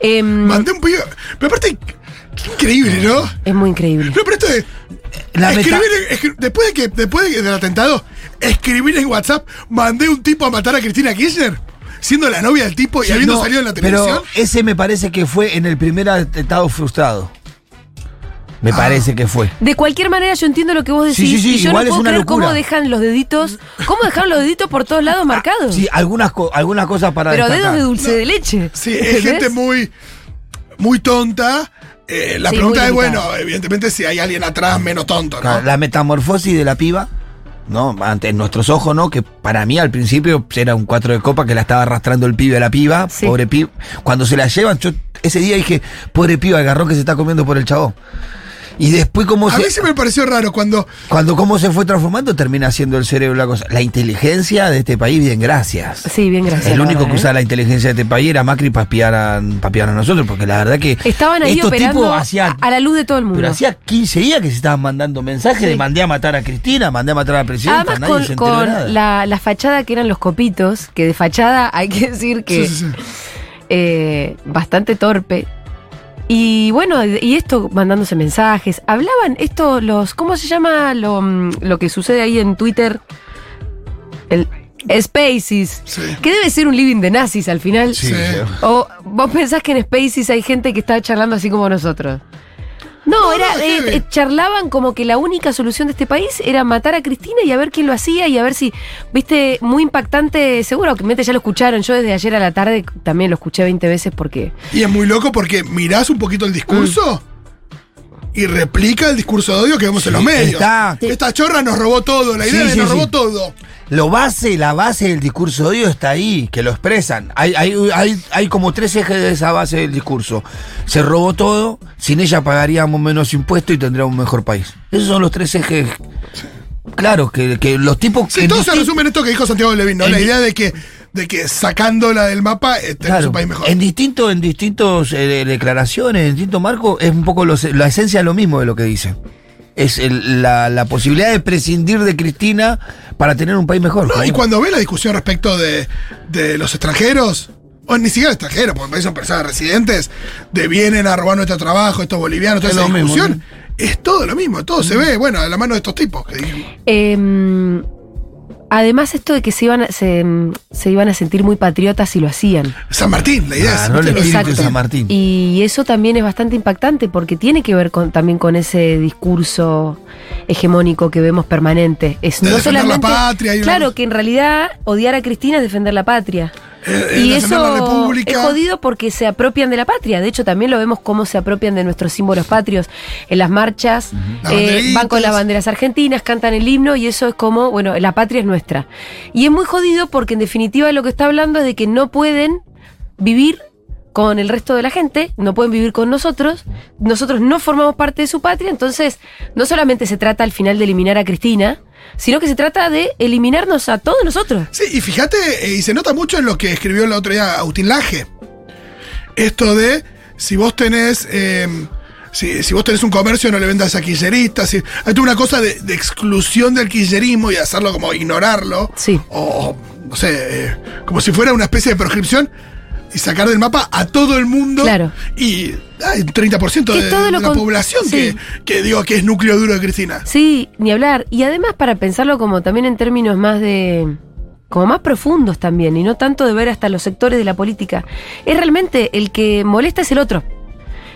Speaker 3: Em,
Speaker 1: Mandé un pibe. Pero aparte, qué increíble, ¿no?
Speaker 3: es muy increíble.
Speaker 1: No, pero esto de.
Speaker 2: La meta-
Speaker 1: escribir, escri- después, de que, después de que- del atentado, escribir en WhatsApp, mandé un tipo a matar a Cristina Kirchner, siendo la novia del tipo y
Speaker 2: Sí,
Speaker 1: habiendo
Speaker 2: no,
Speaker 1: salido en la
Speaker 2: pero
Speaker 1: televisión.
Speaker 2: ese me parece que fue en el primer atentado frustrado.
Speaker 3: Ah.
Speaker 2: me parece que fue.
Speaker 3: De cualquier manera, yo entiendo lo que vos decís.
Speaker 2: Sí, sí, sí,
Speaker 3: y yo
Speaker 2: igual es
Speaker 3: no puedo
Speaker 2: una
Speaker 3: creer
Speaker 2: locura. Ah,
Speaker 3: cómo dejan los deditos. ¿Cómo dejaron los deditos por todos lados marcados?
Speaker 2: Sí, ah, algunas, co- algunas cosas para
Speaker 3: Ah. Pero
Speaker 2: destacar.
Speaker 3: dedos de dulce de leche.
Speaker 1: Sí, es gente
Speaker 3: ¿Entendés?
Speaker 1: muy, muy tonta. Eh, la
Speaker 3: Sí,
Speaker 1: pregunta
Speaker 3: muy
Speaker 1: es,
Speaker 3: limitada.
Speaker 1: bueno, evidentemente si hay alguien atrás menos tonto, ¿no?
Speaker 2: Claro, La metamorfosis de la piba, ¿no? Ante nuestros ojos, ¿no? Que para mí al principio era un cuatro de copa que la estaba arrastrando el pibe a la piba,
Speaker 3: Sí.
Speaker 2: pobre pibe. Cuando se la llevan, yo ese día dije, pobre piba, agarró que se está comiendo por el chabón. Y después cómo
Speaker 1: A
Speaker 2: se,
Speaker 1: mí se me pareció raro cuando
Speaker 2: cuando cómo se fue transformando termina siendo el cerebro la cosa. La inteligencia de este país, bien, gracias.
Speaker 3: Sí, bien, gracias.
Speaker 2: El
Speaker 3: la
Speaker 2: único
Speaker 3: verdad,
Speaker 2: que
Speaker 3: ¿eh?
Speaker 2: usaba la inteligencia de este país era Macri para espiar a, para espiar a nosotros, porque la verdad que
Speaker 3: Estaban ahí
Speaker 2: estos
Speaker 3: operando
Speaker 2: tipos hacían-
Speaker 3: a- a la luz de todo el mundo.
Speaker 2: pero hacía 15 días que se estaban mandando mensajes de mandé a matar a Cristina, mandé a matar al presidente,
Speaker 3: Además,
Speaker 2: nadie se
Speaker 3: con,
Speaker 2: enteró de
Speaker 3: con
Speaker 2: nada.
Speaker 3: la, la fachada que eran los copitos, que de fachada hay que decir que
Speaker 1: Sí, sí,
Speaker 3: eh, bastante torpe. Y bueno, y esto mandándose mensajes. Hablaban esto, los. ¿Cómo se llama lo, mm, lo que sucede ahí en Twitter? El Spaces.
Speaker 1: Sí.
Speaker 3: Que debe ser un living de nazis al final.
Speaker 1: Sí.
Speaker 3: O vos pensás que en Spaces hay gente que está charlando así como nosotros. No,
Speaker 1: No,
Speaker 3: era,
Speaker 1: no,
Speaker 3: eh,
Speaker 1: heavy.
Speaker 3: eh, charlaban como que la única solución de este país era matar a Cristina y a ver quién lo hacía y a ver si, viste, muy impactante, seguro que mente ya lo escucharon, yo desde ayer a la tarde también lo escuché 20 veces porque...
Speaker 1: Y es muy loco porque mirás un poquito el discurso y replica el discurso de odio que vemos en los medios.
Speaker 2: Mm. está.
Speaker 1: Esta chorra nos robó todo, la idea
Speaker 2: Sí,
Speaker 1: de
Speaker 2: sí,
Speaker 1: nos
Speaker 2: sí.
Speaker 1: robó todo.
Speaker 2: Lo base, la base del discurso de odio está ahí, que lo expresan. Hay, hay, hay, hay como tres ejes de esa base del discurso. Se robó todo, sin ella pagaríamos menos impuestos y tendríamos un mejor país. Esos son los tres ejes claros que, que los tipos...
Speaker 1: Sí,
Speaker 2: en
Speaker 1: todo se
Speaker 2: disti-
Speaker 1: resume en esto que dijo Santiago Levin, ¿no?
Speaker 2: en
Speaker 1: La
Speaker 2: di-
Speaker 1: idea de que, de que sacándola del mapa eh, tenemos
Speaker 2: Claro,
Speaker 1: un país mejor.
Speaker 2: En distintos, en distintos eh, declaraciones, en distintos marcos, es un poco los- la esencia es lo mismo de lo que dicen. Es el- la, la posibilidad de prescindir de Cristina para tener un país mejor.
Speaker 1: No,
Speaker 2: como-
Speaker 1: y cuando ves la discusión respecto de, de los extranjeros, o ni siquiera extranjeros, porque me son personas residentes, de vienen a robar nuestro trabajo, estos bolivianos, toda
Speaker 2: Es
Speaker 1: esa
Speaker 2: lo mismo, Mm.
Speaker 1: discusión, es todo lo mismo, todo se ve, bueno, a la mano de estos tipos. que dicen,
Speaker 3: em, además esto de que se iban, a- se, em, se iban a sentir muy patriotas si lo hacían.
Speaker 1: San Martín, la idea
Speaker 2: Ah,
Speaker 1: es.
Speaker 2: no
Speaker 1: ¿viste?
Speaker 2: le
Speaker 1: Lo-
Speaker 2: espíritu de San Martín.
Speaker 3: Y eso también es bastante impactante porque tiene que ver con, también con ese discurso hegemónico que vemos permanente. Es
Speaker 1: De
Speaker 3: no
Speaker 1: defender la
Speaker 3: solamente,
Speaker 1: patria y una-
Speaker 3: claro, que en realidad odiar a Cristina es defender la patria.
Speaker 1: Eh, eh,
Speaker 3: y
Speaker 1: defender la
Speaker 3: eso
Speaker 1: República.
Speaker 3: es jodido porque se apropian de la patria. De hecho, también lo vemos cómo se apropian de nuestros símbolos patrios. En las marchas
Speaker 1: Las
Speaker 3: eh,
Speaker 1: banderitas.
Speaker 3: van con las banderas argentinas, cantan el himno y eso es como, bueno, la patria es nuestra. Y es muy jodido porque en definitiva lo que está hablando es de que no pueden vivir con el resto de la gente, no pueden vivir con nosotros, nosotros no formamos parte de su patria, entonces no solamente se trata al final de eliminar a Cristina, sino que se trata de eliminarnos a todos nosotros.
Speaker 1: Sí, y fíjate, eh, y se nota mucho en lo que escribió el otro día Agustín Laje. Esto de si vos tenés. eh, si, si vos tenés un comercio, no le vendas a kirchneristas. Si, hay toda una cosa de, de exclusión del kirchnerismo y hacerlo como ignorarlo.
Speaker 3: Sí.
Speaker 1: O, no sé, eh, como si fuera una especie de proscripción y sacar del mapa a todo el mundo.
Speaker 3: Claro.
Speaker 1: Y hay un 30%
Speaker 3: Que
Speaker 1: de,
Speaker 3: todo lo
Speaker 1: de la
Speaker 3: con-
Speaker 1: población
Speaker 3: sí.
Speaker 1: que, que digo que es núcleo duro de Cristina.
Speaker 3: Sí, ni hablar. Y además para pensarlo como también en términos más de... como más profundos también, y no tanto de ver hasta los sectores de la política. Es realmente el que molesta es el otro.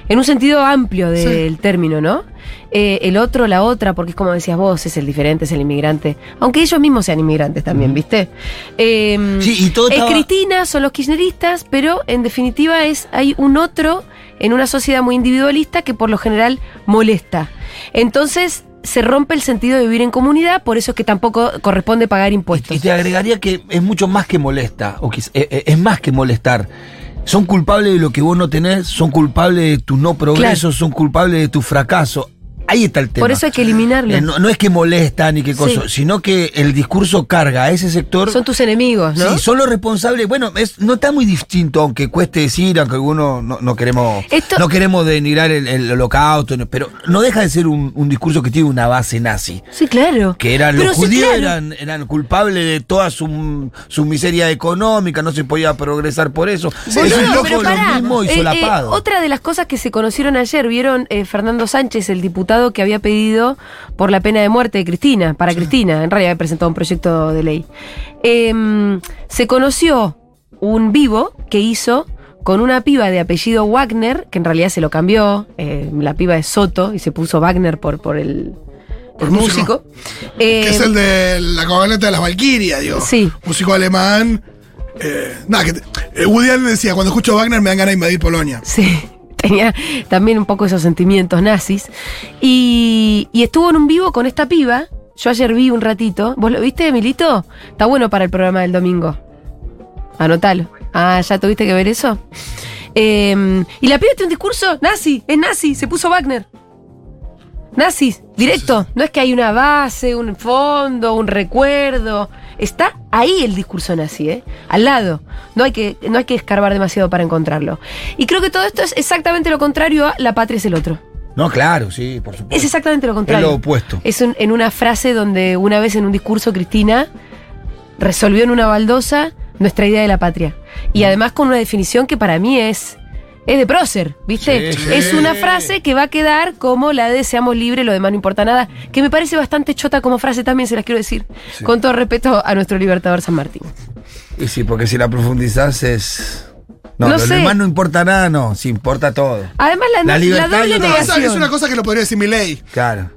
Speaker 3: En un sentido amplio del término, ¿no? Eh, el otro, la otra, porque es como decías vos, es el diferente, es el inmigrante. Aunque ellos mismos sean inmigrantes también, ¿viste? Eh,
Speaker 2: Sí, y todo
Speaker 3: es
Speaker 2: estaba-
Speaker 3: Cristina, son los kirchneristas, pero en definitiva es hay un otro en una sociedad muy individualista que por lo general molesta. Entonces se rompe el sentido de vivir en comunidad, por eso es que tampoco corresponde pagar
Speaker 2: pues, Y
Speaker 3: impuestos.
Speaker 2: te agregaría que es mucho más que molesta, o quiz- eh, eh, es más que molestar. Son culpables de lo que vos no tenés, son culpables de tu no progreso, son culpables de tu fracaso. Ahí está el tema.
Speaker 3: Por eso hay que eliminarlo.
Speaker 2: Eh, no, no es que molestan ni qué cosa,
Speaker 3: Sí.
Speaker 2: sino que el discurso carga a ese sector.
Speaker 3: Son tus enemigos, ¿no?
Speaker 2: Sí, son los responsables. Bueno, es, no está muy distinto, aunque cueste decir, aunque algunos no, no queremos
Speaker 3: Esto-
Speaker 2: no queremos denigrar el, el holocausto, no- pero no deja de ser un, un discurso que tiene una base nazi.
Speaker 3: Sí, claro.
Speaker 2: Que eran
Speaker 3: Pero
Speaker 2: los
Speaker 3: sí,
Speaker 2: judíos
Speaker 3: claro.
Speaker 2: eran, eran culpables de toda su, su miseria económica, no se podía progresar por eso.
Speaker 1: Boludo,
Speaker 2: es un
Speaker 1: pero
Speaker 2: poco lo
Speaker 3: pará.
Speaker 2: mismo y
Speaker 3: Eh, eh,
Speaker 2: solapado.
Speaker 3: otra de las cosas que se conocieron ayer, vieron eh, Fernando Sánchez, el diputado que había pedido por la pena de muerte de Cristina, para Cristina, en realidad había presentado un proyecto de ley. Em, se conoció un vivo que hizo con una piba de apellido Wagner, que en realidad se lo cambió, eh, la piba es Soto y se puso Wagner por, por el,
Speaker 1: Por
Speaker 3: el músico.
Speaker 1: músico. que es
Speaker 3: Eh,
Speaker 1: el de la cabalgata de las Valquirias, digo.
Speaker 3: Sí.
Speaker 1: Músico alemán. eh, nada, que. eh, Woody Allen decía: cuando escucho Wagner me dan ganas de invadir Polonia.
Speaker 3: Sí, tenía también un poco esos sentimientos nazis. Y, y estuvo en un vivo con esta piba. Yo ayer vi un ratito. ¿Vos lo viste, Emilito? Está bueno para el programa del domingo. Anotalo. Ah, ¿ya tuviste que ver eso? Eh, y la piba tiene un discurso nazi, es nazi, se puso Wagner. Nazis, directo. No es que hay una base, un fondo, un recuerdo. Está ahí el discurso nazi, ¿eh? Al lado. No hay, que, no hay que escarbar demasiado para encontrarlo. Y creo que todo esto es exactamente lo contrario a la patria es el otro.
Speaker 2: No, claro, sí, por supuesto.
Speaker 3: Es exactamente lo contrario.
Speaker 2: Es lo opuesto.
Speaker 3: Es un- en una frase donde una vez en un discurso Cristina resolvió en una baldosa nuestra idea de la patria.
Speaker 2: Mm.
Speaker 3: Y además con una definición que para mí es. Es de prócer, ¿viste?
Speaker 2: Sí,
Speaker 3: es
Speaker 2: sí.
Speaker 3: una frase que va a quedar como la de seamos libres, lo demás no importa nada, que me parece bastante chota como frase también, se las quiero decir, con todo respeto a nuestro libertador San Martín.
Speaker 2: Y sí, porque si la profundizás es. No,
Speaker 3: No
Speaker 2: lo
Speaker 3: sé.
Speaker 2: demás no importa nada, no. Sí, importa todo.
Speaker 3: Además, la,
Speaker 2: La
Speaker 3: la
Speaker 2: libertad
Speaker 3: doble
Speaker 2: y otra
Speaker 1: No, esa
Speaker 3: negación.
Speaker 1: es una cosa que lo podría decir mi ley.
Speaker 2: Claro.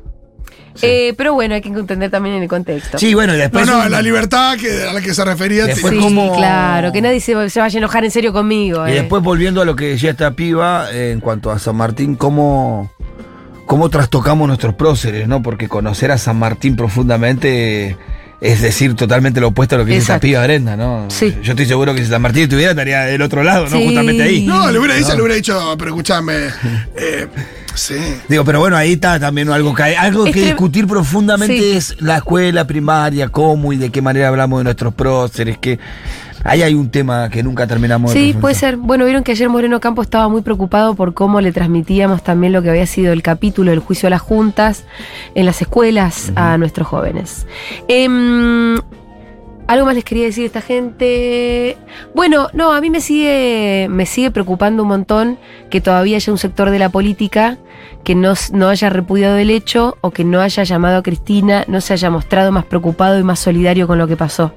Speaker 3: Eh, pero bueno, hay que entender también en el contexto.
Speaker 2: Sí, bueno, y después.
Speaker 1: No, Pues no,
Speaker 2: un-
Speaker 1: la libertad que, a la que se refería.
Speaker 2: Después
Speaker 1: sí.
Speaker 3: Sí,
Speaker 2: como-
Speaker 3: claro, que nadie se, se vaya a enojar en serio conmigo.
Speaker 2: Y
Speaker 3: eh.
Speaker 2: después volviendo a lo que decía esta piba, eh, en cuanto a San Martín, ¿cómo, cómo trastocamos nuestros próceres, ¿no? Porque conocer a San Martín profundamente es decir totalmente lo opuesto a lo que dice esta
Speaker 3: Exacto.
Speaker 2: piba Brenda, ¿no?
Speaker 3: Sí.
Speaker 2: Yo estoy seguro que si San Martín estuviera estaría del otro lado, ¿no?
Speaker 3: Sí.
Speaker 2: Justamente ahí.
Speaker 1: No, le hubiera dicho, le hubiera dicho, pero escúchame. eh, sí.
Speaker 2: Digo, pero bueno, ahí está también algo que, hay- algo
Speaker 3: Es
Speaker 2: que
Speaker 3: que-
Speaker 2: discutir profundamente
Speaker 3: Sí.
Speaker 2: es la escuela primaria, cómo y de qué manera hablamos de nuestros próceres, que ahí hay un tema que nunca terminamos de
Speaker 3: Sí, puede
Speaker 2: profundizar.
Speaker 3: ser. Bueno, vieron que ayer Moreno Campo estaba muy preocupado por cómo le transmitíamos también lo que había sido el capítulo del juicio a las juntas en las escuelas a nuestros jóvenes. Em, algo más les quería decir a esta gente. Bueno, no, a mí me sigue, me sigue preocupando un montón que todavía haya un sector de la política que no, s- no haya repudiado el hecho o que no haya llamado a Cristina, no se haya mostrado más preocupado y más solidario con lo que pasó.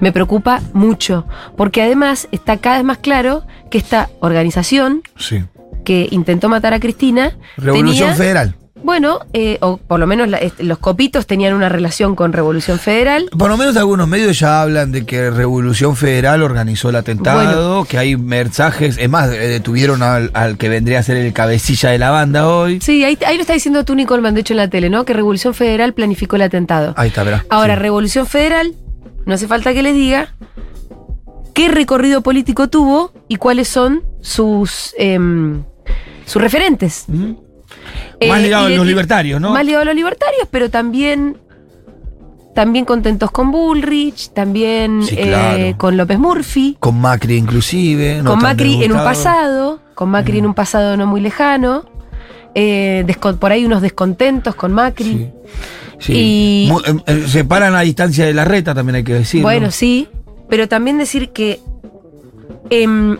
Speaker 3: Me preocupa mucho, porque además está cada vez más claro que esta organización
Speaker 2: Sí.
Speaker 3: que intentó matar a Cristina
Speaker 2: Revolución
Speaker 3: tenía-
Speaker 2: Federal.
Speaker 3: Bueno, eh, o por lo menos la- est- los copitos tenían una relación con Revolución Federal.
Speaker 2: Por lo menos algunos medios ya hablan de que Revolución Federal organizó el atentado, que hay mensajes, es más, eh, detuvieron al, al que vendría a ser el cabecilla de la banda hoy.
Speaker 3: Sí, ahí, ahí lo está diciendo tú, Nicolman, de hecho, en la tele, ¿no? Que Revolución Federal planificó el atentado.
Speaker 2: Ahí está, verá.
Speaker 3: Ahora,
Speaker 2: Sí.
Speaker 3: Revolución Federal, no hace falta que les diga qué recorrido político tuvo y cuáles son sus, em, sus referentes.
Speaker 2: Más
Speaker 3: Eh,
Speaker 2: ligado a
Speaker 3: y-
Speaker 2: los
Speaker 3: y-
Speaker 2: libertarios, ¿no?
Speaker 3: Más ligado a los libertarios, pero también, también contentos con Bullrich, también
Speaker 2: Sí,
Speaker 3: eh,
Speaker 2: claro.
Speaker 3: con López Murphy,
Speaker 2: Con Macri inclusive. no
Speaker 3: con
Speaker 2: tan
Speaker 3: Macri en un
Speaker 2: disgustado.
Speaker 3: pasado, con Macri en un pasado no muy lejano, eh, descon- por ahí unos descontentos con Macri.
Speaker 2: Sí. Sí.
Speaker 3: Y-
Speaker 2: Mu- eh, eh, se paran a distancia de la reta, también hay que decir.
Speaker 3: Bueno, sí, pero también decir que em,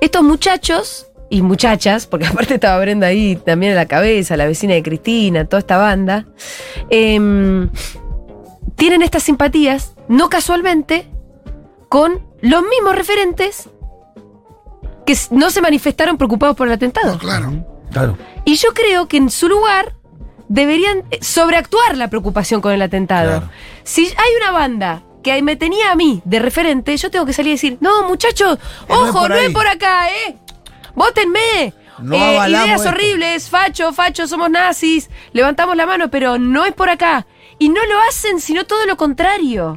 Speaker 3: estos muchachos y muchachas, porque aparte estaba Brenda ahí también a la cabeza, la vecina de Cristina, toda esta banda, em, tienen estas simpatías, no casualmente, con los mismos referentes que s- no se manifestaron preocupados por el atentado.
Speaker 1: No, claro.
Speaker 2: Claro.
Speaker 3: Y yo creo que en su lugar deberían eh, sobreactuar la preocupación con el atentado.
Speaker 2: Claro.
Speaker 3: Si hay una banda que me tenía a mí de referente, yo tengo que salir y decir, no, muchachos,
Speaker 2: no es
Speaker 3: ojo,
Speaker 2: por
Speaker 3: no es
Speaker 2: ahí.
Speaker 3: por acá, ¿eh? Vótenme.
Speaker 2: No
Speaker 3: Eh,
Speaker 2: avalamos
Speaker 3: ideas
Speaker 2: esto.
Speaker 3: horribles, facho, facho, somos nazis, levantamos la mano, pero no es por acá. Y no lo hacen, sino todo lo contrario.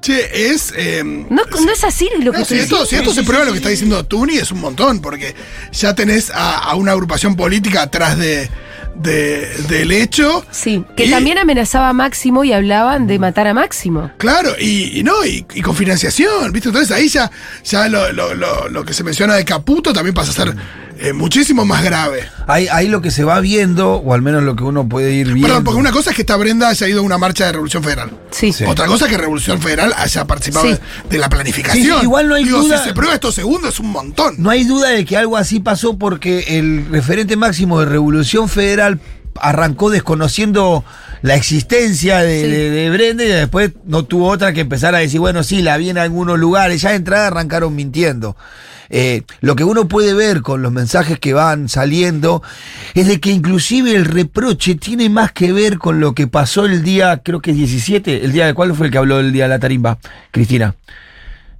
Speaker 1: Che, es. em,
Speaker 3: No, no es así lo que
Speaker 1: No, si
Speaker 3: estoy
Speaker 1: esto,
Speaker 3: diciendo.
Speaker 1: si esto se prueba lo que está diciendo Tuni es un montón, porque ya tenés a, a una agrupación política atrás de, de- del hecho.
Speaker 3: Sí, que
Speaker 1: Y-
Speaker 3: también amenazaba a Máximo y hablaban de matar a Máximo.
Speaker 1: Claro, y, y no, y, y con financiación, ¿viste? Entonces ahí ya, ya lo, lo- lo- lo que se menciona de Caputo también pasa a ser eh, muchísimo más grave.
Speaker 2: Ahí, ahí lo que se va viendo, o al menos lo que uno puede ir viendo.
Speaker 1: Perdón, porque una cosa es que esta Brenda haya ido a una marcha de Revolución Federal.
Speaker 3: Sí.
Speaker 2: Sí.
Speaker 1: Otra cosa es que Revolución Federal haya participado
Speaker 3: Sí.
Speaker 1: de, de la planificación.
Speaker 2: Sí, sí, igual no hay
Speaker 1: Digo,
Speaker 2: duda-
Speaker 1: si se prueba esto segundo es un montón.
Speaker 2: No hay duda de que algo así pasó porque el referente máximo de Revolución Federal arrancó desconociendo la existencia de,
Speaker 3: Sí.
Speaker 2: de- de Brenda y después no tuvo otra que empezar a decir, bueno, sí, la vi en algunos lugares. Ya de entrada arrancaron mintiendo. Eh, lo que uno puede ver con los mensajes que van saliendo es de que inclusive el reproche tiene más que ver con lo que pasó el día, creo que 17, el día de cuál fue el que habló el día de la tarimba, Cristina.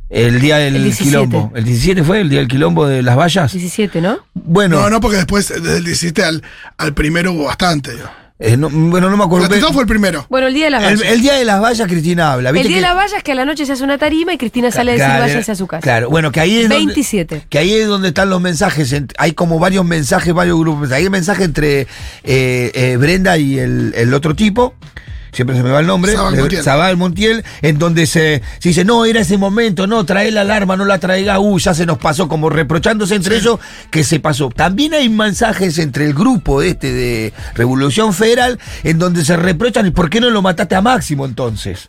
Speaker 2: El día del
Speaker 3: El 17.
Speaker 2: quilombo. ¿El 17 fue el día del quilombo de las vallas?
Speaker 3: 17, ¿no?
Speaker 2: Bueno,
Speaker 1: No, no, porque después, desde el 17 al, al primero hubo bastante. digo.
Speaker 2: eh, no- bueno, no me
Speaker 1: El
Speaker 2: acuerdo.
Speaker 1: atentado fue el primero.
Speaker 3: Bueno, el día de las vallas.
Speaker 2: El, el día de las vallas, Cristina habla.
Speaker 3: El,
Speaker 2: ¿viste
Speaker 3: día de
Speaker 2: que-
Speaker 3: la valla es que a la noche se hace una tarima y Cristina sale a decir
Speaker 2: Claro,
Speaker 3: váyanse a su casa.
Speaker 2: Claro, bueno, que ahí es donde-
Speaker 3: 27.
Speaker 2: Que ahí es donde están los mensajes. ent- Hay como varios mensajes, varios grupos. Hay mensaje entre eh, eh, Brenda y el, el otro tipo. Siempre se me va el nombre.
Speaker 1: Sabal
Speaker 2: de-
Speaker 1: Montiel.
Speaker 2: Sabal Montiel. En donde se, se dice, no, era ese momento, no, trae la alarma, no la traiga, uh, ya se nos pasó, como reprochándose entre ellos que se pasó. También hay mensajes entre el grupo este de Revolución Federal, en donde se reprochan, ¿y por qué no lo mataste a Máximo entonces?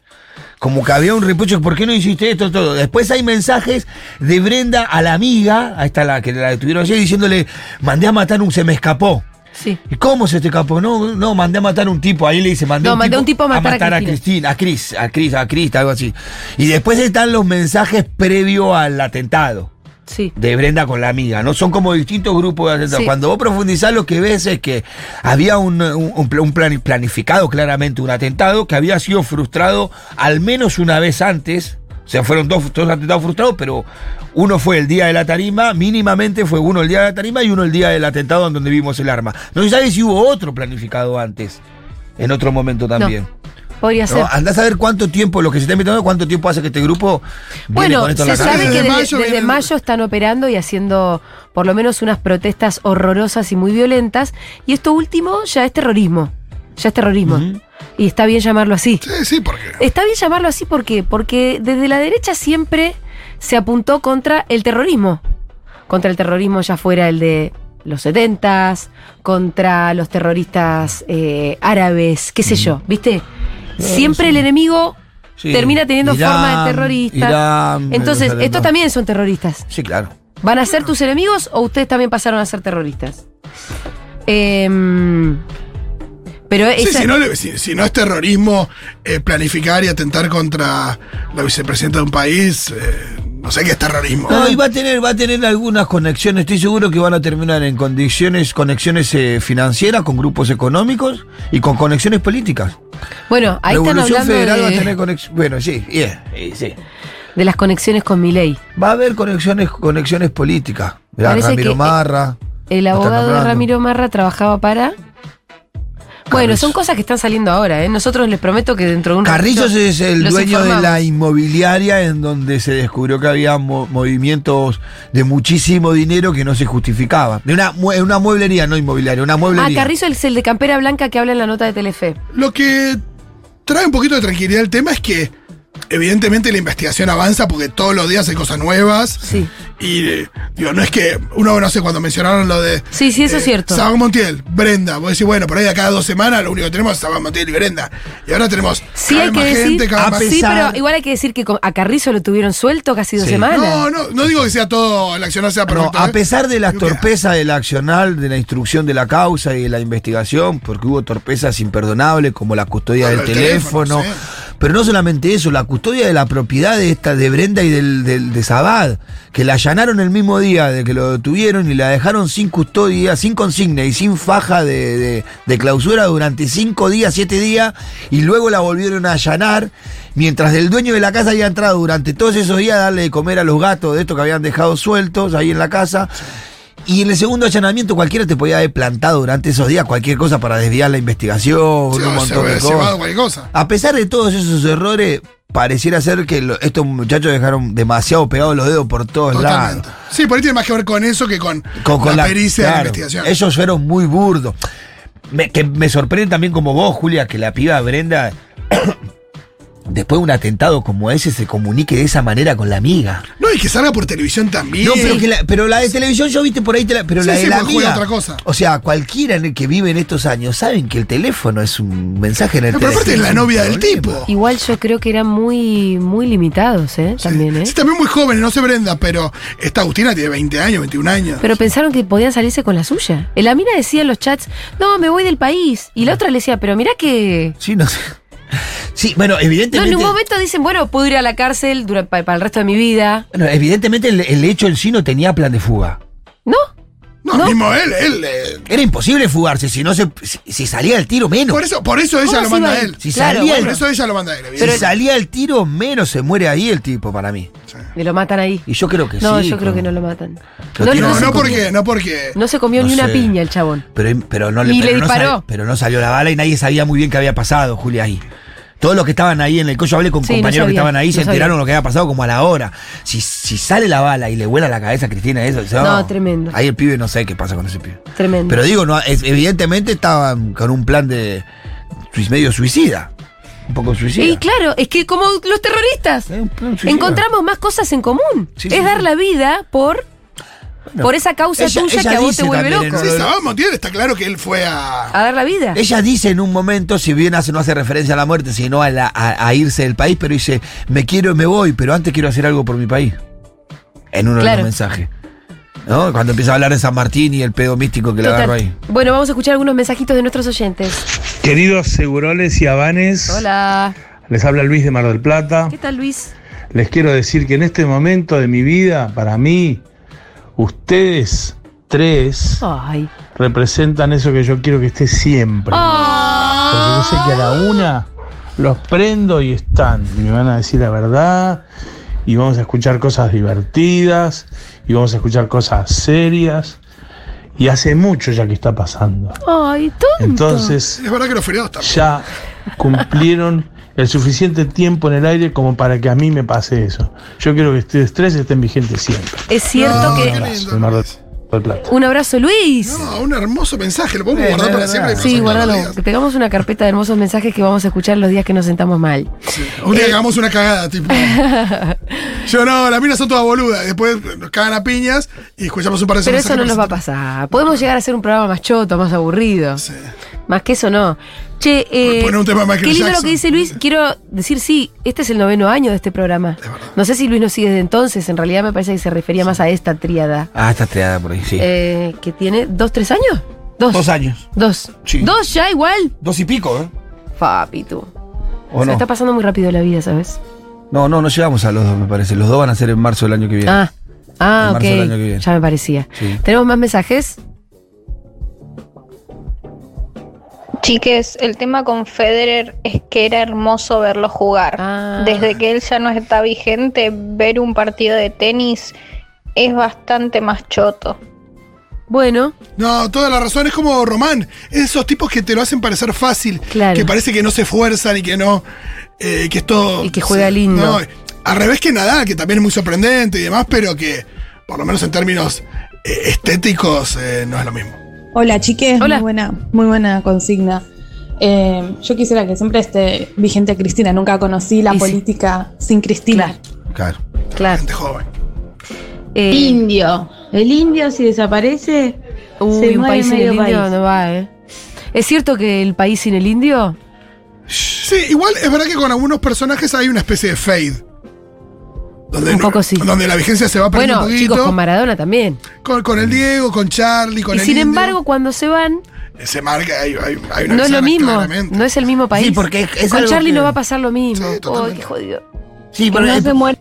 Speaker 2: Como que había un reproche, ¿por qué no hiciste esto? Todo. Después hay mensajes de Brenda a la amiga, a esta la que la detuvieron ayer, diciéndole, mandé a matar un, se me escapó.
Speaker 3: Sí.
Speaker 2: ¿Y cómo se te escapó? No, no, mandé a matar a un tipo. Ahí le dice, mandé,
Speaker 3: No,
Speaker 2: un,
Speaker 3: mandé a un tipo a matar a
Speaker 2: a Cristina. A Cris, a Cris, a Cris, algo así. Y después están los mensajes previo al atentado
Speaker 3: Sí.
Speaker 2: de Brenda con la amiga, ¿no? Son como distintos grupos de atentados.
Speaker 3: Sí.
Speaker 2: Cuando vos profundizás lo que ves es que había un, un- un pla- un plan- planificado claramente un atentado que había sido frustrado al menos una vez antes. O sea, fueron dos, dos atentados frustrados, pero uno fue el día de la tarima, mínimamente fue uno el día de la tarima y uno el día del atentado en donde vimos el arma. No se sabe si hubo otro planificado antes, en otro momento también.
Speaker 3: Podría
Speaker 2: ¿no? ah,
Speaker 3: ser.
Speaker 2: Andás a ver cuánto tiempo, lo que se está inventando, cuánto tiempo hace que este grupo viene
Speaker 3: Bueno,
Speaker 2: con esto en
Speaker 3: se
Speaker 2: la cabeza.
Speaker 3: sabe
Speaker 1: Desde
Speaker 3: que desde,
Speaker 1: mayo
Speaker 3: desde
Speaker 1: vienen-
Speaker 3: mayo están operando y haciendo por lo menos unas protestas horrorosas y muy violentas. Y esto último ya es terrorismo. Ya es terrorismo. Y está bien llamarlo así.
Speaker 1: Sí, sí, porque.
Speaker 3: Está bien llamarlo así ¿por qué? porque desde la derecha siempre se apuntó contra el terrorismo. Contra el terrorismo ya fuera el de los 70 contra los terroristas eh, árabes, qué sé yo, ¿viste? Siempre el enemigo
Speaker 2: Mm. Sí.
Speaker 3: termina teniendo
Speaker 2: Irán,
Speaker 3: forma de terrorista.
Speaker 2: Irán,
Speaker 3: Entonces,
Speaker 2: Jerusalén,
Speaker 3: estos
Speaker 2: no.
Speaker 3: también son terroristas.
Speaker 2: Sí, claro.
Speaker 3: ¿Van a ser tus enemigos o ustedes también pasaron a ser terroristas? Em, pero
Speaker 1: Sí,
Speaker 3: esa-
Speaker 1: si, no, le- si- si no es terrorismo eh, planificar y atentar contra la vicepresidenta de un país, eh, no sé qué es terrorismo.
Speaker 3: Ah.
Speaker 2: No, y va a tener, va a tener algunas conexiones. Estoy seguro que van a terminar en condiciones, conexiones eh, financieras con grupos económicos y con conexiones políticas.
Speaker 3: bueno, ahí están
Speaker 2: Revolución
Speaker 3: hablando
Speaker 2: Federal va a tener
Speaker 3: de,
Speaker 2: conexiones. Bueno, sí, yeah, sí, sí.
Speaker 3: de las conexiones con Milei.
Speaker 2: Va a haber conexiones, conexiones políticas. Mirá,
Speaker 3: Parece
Speaker 2: Ramiro
Speaker 3: que-
Speaker 2: Marra.
Speaker 3: El
Speaker 2: lo están
Speaker 3: abogado de
Speaker 2: nombrando.
Speaker 3: Ramiro Marra trabajaba para. Bueno, son cosas que están saliendo ahora, ¿eh? Nosotros les prometo que dentro de un
Speaker 2: Carrillos
Speaker 3: ratito
Speaker 2: es el
Speaker 3: los
Speaker 2: dueño de la
Speaker 3: informamos.
Speaker 2: inmobiliaria en donde se descubrió que había mo- movimientos de muchísimo dinero que no se justificaban. De una, mue- una mueblería, no inmobiliaria, una
Speaker 3: Ah,
Speaker 2: mueblería.
Speaker 3: Carrizo es el de campera blanca que habla en la nota de Telefe.
Speaker 1: Lo que trae un poquito de tranquilidad al tema es que, evidentemente, la investigación avanza porque todos los días hay cosas nuevas.
Speaker 3: Sí.
Speaker 1: Y, eh, digo, no es que uno, no sé, cuando mencionaron lo de.
Speaker 3: Sí, sí, eso es cierto.
Speaker 1: Sabán Montiel, Brenda. Vos decís, bueno, por ahí de cada dos semanas lo único que tenemos es Sabán Montiel y Brenda. Y ahora tenemos.
Speaker 3: Sí,
Speaker 1: cada
Speaker 3: hay
Speaker 1: vez
Speaker 3: que
Speaker 1: más
Speaker 3: decir. Ah,
Speaker 1: gente, cada
Speaker 2: a
Speaker 1: más-
Speaker 2: pesar-
Speaker 3: Sí, pero igual hay que decir que con- a Carrizo lo tuvieron suelto casi dos
Speaker 2: Sí.
Speaker 3: semanas.
Speaker 1: No, no, no digo que sea todo, el accionar sea
Speaker 2: No,
Speaker 1: perfecto.
Speaker 2: a
Speaker 1: ¿eh?
Speaker 2: pesar de las
Speaker 1: Digo que-
Speaker 2: torpezas del accional, de la instrucción de la causa y de la investigación, porque hubo torpezas imperdonables como la custodia
Speaker 1: Bueno,
Speaker 2: del
Speaker 1: el
Speaker 2: teléfono,
Speaker 1: teléfono, sí.
Speaker 2: pero no solamente eso, la custodia de la propiedad de esta de Brenda y del, del- de Sabad, que la allanaron el mismo día de que lo detuvieron y la dejaron sin custodia, sin consigna y sin faja de, de- de clausura durante cinco días, siete días, y luego la volvieron a allanar, mientras el dueño de la casa había entrado durante todos esos días a darle de comer a los gatos de estos que habían dejado sueltos ahí en la casa. Y en el segundo allanamiento cualquiera te podía haber plantado durante esos días cualquier cosa para desviar la investigación,
Speaker 1: Sí,
Speaker 2: un
Speaker 1: o
Speaker 2: montón
Speaker 1: sea,
Speaker 2: de
Speaker 1: llevado
Speaker 2: cosas.
Speaker 1: cualquier cosa.
Speaker 2: A pesar de todos esos errores, pareciera ser que lo- estos muchachos dejaron demasiado pegados los dedos por todos
Speaker 1: Totalmente.
Speaker 2: lados.
Speaker 1: Sí, por ahí tiene más que ver con eso que con,
Speaker 2: Con, con
Speaker 1: la,
Speaker 2: la-
Speaker 1: pericia de
Speaker 2: claro,
Speaker 1: la investigación.
Speaker 2: Ellos fueron muy burdos. Me, que me sorprende también como vos, Julia, que la piba Brenda después de un atentado como ese se comunique de esa manera con la amiga.
Speaker 1: No, y que salga por televisión también.
Speaker 2: No, pero, que la, pero la de televisión yo viste por ahí, te la- pero
Speaker 1: Sí,
Speaker 2: la
Speaker 1: sí,
Speaker 2: de la
Speaker 1: porque juega
Speaker 2: amiga-
Speaker 1: otra cosa.
Speaker 2: O sea, cualquiera en el que vive en estos años saben que el teléfono es un mensaje en el
Speaker 1: No, pero aparte es
Speaker 2: teléfono,
Speaker 1: la
Speaker 2: un
Speaker 1: novia del
Speaker 2: problema.
Speaker 1: tipo.
Speaker 3: Igual yo creo que eran muy, muy limitados, ¿eh? También, ¿eh?
Speaker 1: Sí, también muy joven, no sé Brenda, pero esta Agustina tiene 20 años, 21 años.
Speaker 3: Pero pensaron que podían salirse con la suya. Eh, La mina decía en los chats, no, me voy del país. Y
Speaker 2: Ah.
Speaker 3: la otra le decía, pero mirá que...
Speaker 2: Sí, no sé. Sí, bueno,
Speaker 3: No,
Speaker 2: evidentemente.
Speaker 3: en un momento dicen, bueno, puedo ir a la cárcel dura- pa- para, el resto de mi vida.
Speaker 2: Bueno, evidentemente el, el hecho en sí no tenía plan de fuga.
Speaker 3: ¿No?
Speaker 1: no,
Speaker 3: no.
Speaker 1: mismo él, él. eh,
Speaker 2: Era imposible fugarse, si no se, si, si salía el tiro menos.
Speaker 1: por eso, por eso
Speaker 3: ¿Cómo
Speaker 1: ella lo
Speaker 3: se
Speaker 1: manda
Speaker 3: iba
Speaker 1: a
Speaker 3: él?
Speaker 1: él.
Speaker 2: Si
Speaker 3: Claro,
Speaker 2: salía
Speaker 1: Por
Speaker 2: el,
Speaker 1: eso ella lo manda a él.
Speaker 2: si
Speaker 1: evidentemente.
Speaker 2: salía el tiro menos se muere ahí el tipo para mí.
Speaker 3: Me lo matan ahí.
Speaker 2: Y yo creo que
Speaker 3: no,
Speaker 2: sí.
Speaker 3: yo creo
Speaker 2: como-
Speaker 3: que no lo matan.
Speaker 2: Lo
Speaker 3: le-
Speaker 2: tiró,
Speaker 1: no,
Speaker 3: se
Speaker 1: no
Speaker 3: comió-
Speaker 1: porque, no porque.
Speaker 3: No se comió
Speaker 2: No
Speaker 3: ni una
Speaker 2: sé.
Speaker 3: piña el chabón.
Speaker 2: Pero, pero no
Speaker 3: Ni
Speaker 2: pero
Speaker 3: le
Speaker 2: no sal-
Speaker 3: disparó.
Speaker 2: pero no salió la bala y nadie sabía muy bien qué había pasado, Julia, ahí. Todos los que estaban ahí en el coche, hablé con
Speaker 3: Sí, no
Speaker 2: compañeros que
Speaker 3: sabía,
Speaker 2: estaban ahí,
Speaker 3: no
Speaker 2: se enteraron
Speaker 3: sabía.
Speaker 2: lo que había pasado como a la hora. Si, si sale la bala y le vuela la cabeza a Cristina, eso. eso-
Speaker 3: No, tremendo.
Speaker 2: Ahí el pibe no sé qué pasa con ese pibe.
Speaker 3: Tremendo.
Speaker 2: Pero digo, no, es- evidentemente estaban con un plan de sui- medio suicida. Un poco suicida.
Speaker 3: Y claro, es que como los terroristas,
Speaker 2: Eh, un plan suicida.
Speaker 3: encontramos más cosas en común.
Speaker 2: Sí,
Speaker 3: es
Speaker 2: sí,
Speaker 3: dar
Speaker 2: sí.
Speaker 3: la vida por,
Speaker 2: Bueno,
Speaker 3: por esa causa
Speaker 2: ella-
Speaker 3: tuya
Speaker 2: ella
Speaker 3: que a vos
Speaker 2: dice
Speaker 3: te vuelve
Speaker 2: también en
Speaker 3: loco.
Speaker 1: Sí,
Speaker 2: uno de-
Speaker 1: Sabá Montiel está claro que él fue a.
Speaker 2: Ah.
Speaker 3: A dar la vida.
Speaker 2: Ella dice en un momento, si bien hace, no hace referencia a la muerte, sino a, la- a- a irse del país, pero dice, me quiero y me voy, pero antes quiero hacer algo por mi país. En uno de
Speaker 3: Claro.
Speaker 2: los mensajes. ¿No? Cuando empieza a hablar de San Martín y el pedo místico que le
Speaker 3: Total.
Speaker 2: agarró ahí.
Speaker 3: Bueno, vamos a escuchar algunos mensajitos de nuestros oyentes.
Speaker 8: Queridos seguroles y habanes,
Speaker 3: Hola.
Speaker 8: les habla Luis de Mar del Plata.
Speaker 3: ¿Qué tal, Luis?
Speaker 8: Les quiero decir que en este momento de mi vida, para mí, ustedes tres
Speaker 3: Ay.
Speaker 8: representan eso que yo quiero que esté siempre.
Speaker 3: Oh.
Speaker 8: Porque yo sé que a la una los prendo y están. Y me van a decir la verdad. Y vamos a escuchar cosas divertidas. Y vamos a escuchar cosas serias. Y hace mucho ya que está pasando.
Speaker 3: Ay, tonto.
Speaker 8: Entonces,
Speaker 1: Es verdad que los feriados también.
Speaker 8: ya cumplieron el suficiente tiempo en el aire como para que a mí me pase eso. Yo quiero que ustedes tres estén vigentes siempre.
Speaker 3: es cierto
Speaker 1: No,
Speaker 3: que.
Speaker 1: qué
Speaker 8: Abrazo,
Speaker 1: lindo,
Speaker 8: Mar del-
Speaker 1: Luis.
Speaker 8: del Plata.
Speaker 3: Un abrazo, Luis.
Speaker 1: No, un hermoso mensaje, lo podemos
Speaker 2: Eh,
Speaker 1: guardar
Speaker 2: no,
Speaker 1: para
Speaker 2: no,
Speaker 1: siempre.
Speaker 2: no.
Speaker 1: y
Speaker 3: Sí,
Speaker 1: pasar todos los
Speaker 3: guardalo.
Speaker 1: días.
Speaker 3: Te pegamos una carpeta de hermosos mensajes que vamos a escuchar los días que nos sentamos mal.
Speaker 1: Un
Speaker 3: Eh.
Speaker 1: día que hagamos una cagada, tipo. Yo no, las minas son todas boludas. Después nos cagan a piñas y escuchamos un par de
Speaker 3: Pero eso
Speaker 1: mensajes
Speaker 3: no nos va a
Speaker 1: para
Speaker 3: pasar. Podemos llegar a hacer un programa más choto, más aburrido. Más que eso no. Che, eh,
Speaker 1: Poner un tema de Michael
Speaker 3: qué lindo
Speaker 1: Jackson.
Speaker 3: lo que dice Luis. Quiero decir, sí, este es el noveno año de este programa. No sé si Luis nos sigue desde entonces. En realidad me parece que se refería más a esta tríada.
Speaker 2: Ah, está estreada por ahí, sí.
Speaker 3: eh, que tiene dos, tres años. Dos.
Speaker 2: Dos años.
Speaker 3: Dos.
Speaker 2: Sí.
Speaker 3: Dos ya igual.
Speaker 2: Dos y pico, ¿eh?
Speaker 3: Papi, tú.
Speaker 2: ¿O
Speaker 3: Se
Speaker 2: no?
Speaker 3: está pasando muy rápido la vida, ¿sabes?
Speaker 2: No, no, no llegamos a los dos, me parece. Los dos van a ser en marzo del año que viene.
Speaker 3: Ah,
Speaker 2: En
Speaker 3: ah
Speaker 2: marzo
Speaker 3: ok.
Speaker 2: del año que viene.
Speaker 3: Ya me parecía.
Speaker 2: Sí.
Speaker 3: ¿Tenemos más mensajes?
Speaker 9: Chiques, el tema con Federer es que era hermoso verlo jugar.
Speaker 3: Ah.
Speaker 9: Desde que él ya no está vigente, ver un partido de tenis es bastante más choto.
Speaker 3: Bueno,
Speaker 1: No, toda la razón. Es como Román. Esos tipos que te lo hacen parecer fácil.
Speaker 3: Claro.
Speaker 1: Que parece que no se esfuerzan y que no. eh, que es todo.
Speaker 3: Y que juega lindo.
Speaker 1: no, al revés que Nadal, que también es muy sorprendente y demás, pero que, por lo menos en términos eh, estéticos, eh, no es lo mismo.
Speaker 10: Hola chiques,
Speaker 3: Hola.
Speaker 10: muy buena, muy buena consigna. Eh, yo quisiera que siempre esté vigente Cristina, nunca conocí la
Speaker 3: Y sí.
Speaker 10: política sin Cristina.
Speaker 3: claro,
Speaker 2: Claro.
Speaker 3: claro.
Speaker 1: Gente joven.
Speaker 3: Eh,
Speaker 11: Indio. El indio si desaparece,
Speaker 3: Uy,
Speaker 11: se
Speaker 3: un
Speaker 11: muere
Speaker 3: país sin
Speaker 11: medio
Speaker 3: el indio
Speaker 11: país.
Speaker 3: no va, ¿eh? ¿Es cierto que el país sin el indio?
Speaker 1: Sí, igual es verdad que con algunos personajes hay una especie de fade. Donde
Speaker 3: Un
Speaker 1: no-
Speaker 3: poco sí.
Speaker 1: Donde la vigencia se va perdiendo
Speaker 3: Bueno,
Speaker 1: un poquito.
Speaker 3: chicos, con Maradona también.
Speaker 1: con, con el Diego, con Charlie, con
Speaker 3: y
Speaker 1: el
Speaker 3: sin
Speaker 1: Indio.
Speaker 3: embargo, cuando se van,
Speaker 1: Eh, se marca, hay, hay- hay una
Speaker 3: no es
Speaker 1: ventana
Speaker 3: lo mismo.
Speaker 1: claramente.
Speaker 3: No es el mismo país.
Speaker 2: Sí, porque es- es
Speaker 3: con
Speaker 2: algo
Speaker 3: Charlie
Speaker 2: que-
Speaker 3: no va a pasar lo mismo.
Speaker 1: Sí,
Speaker 3: Ay,
Speaker 1: totalmente.
Speaker 3: qué jodido.
Speaker 2: Sí,
Speaker 11: Que
Speaker 2: pero
Speaker 11: no,
Speaker 2: eh,
Speaker 11: se muera,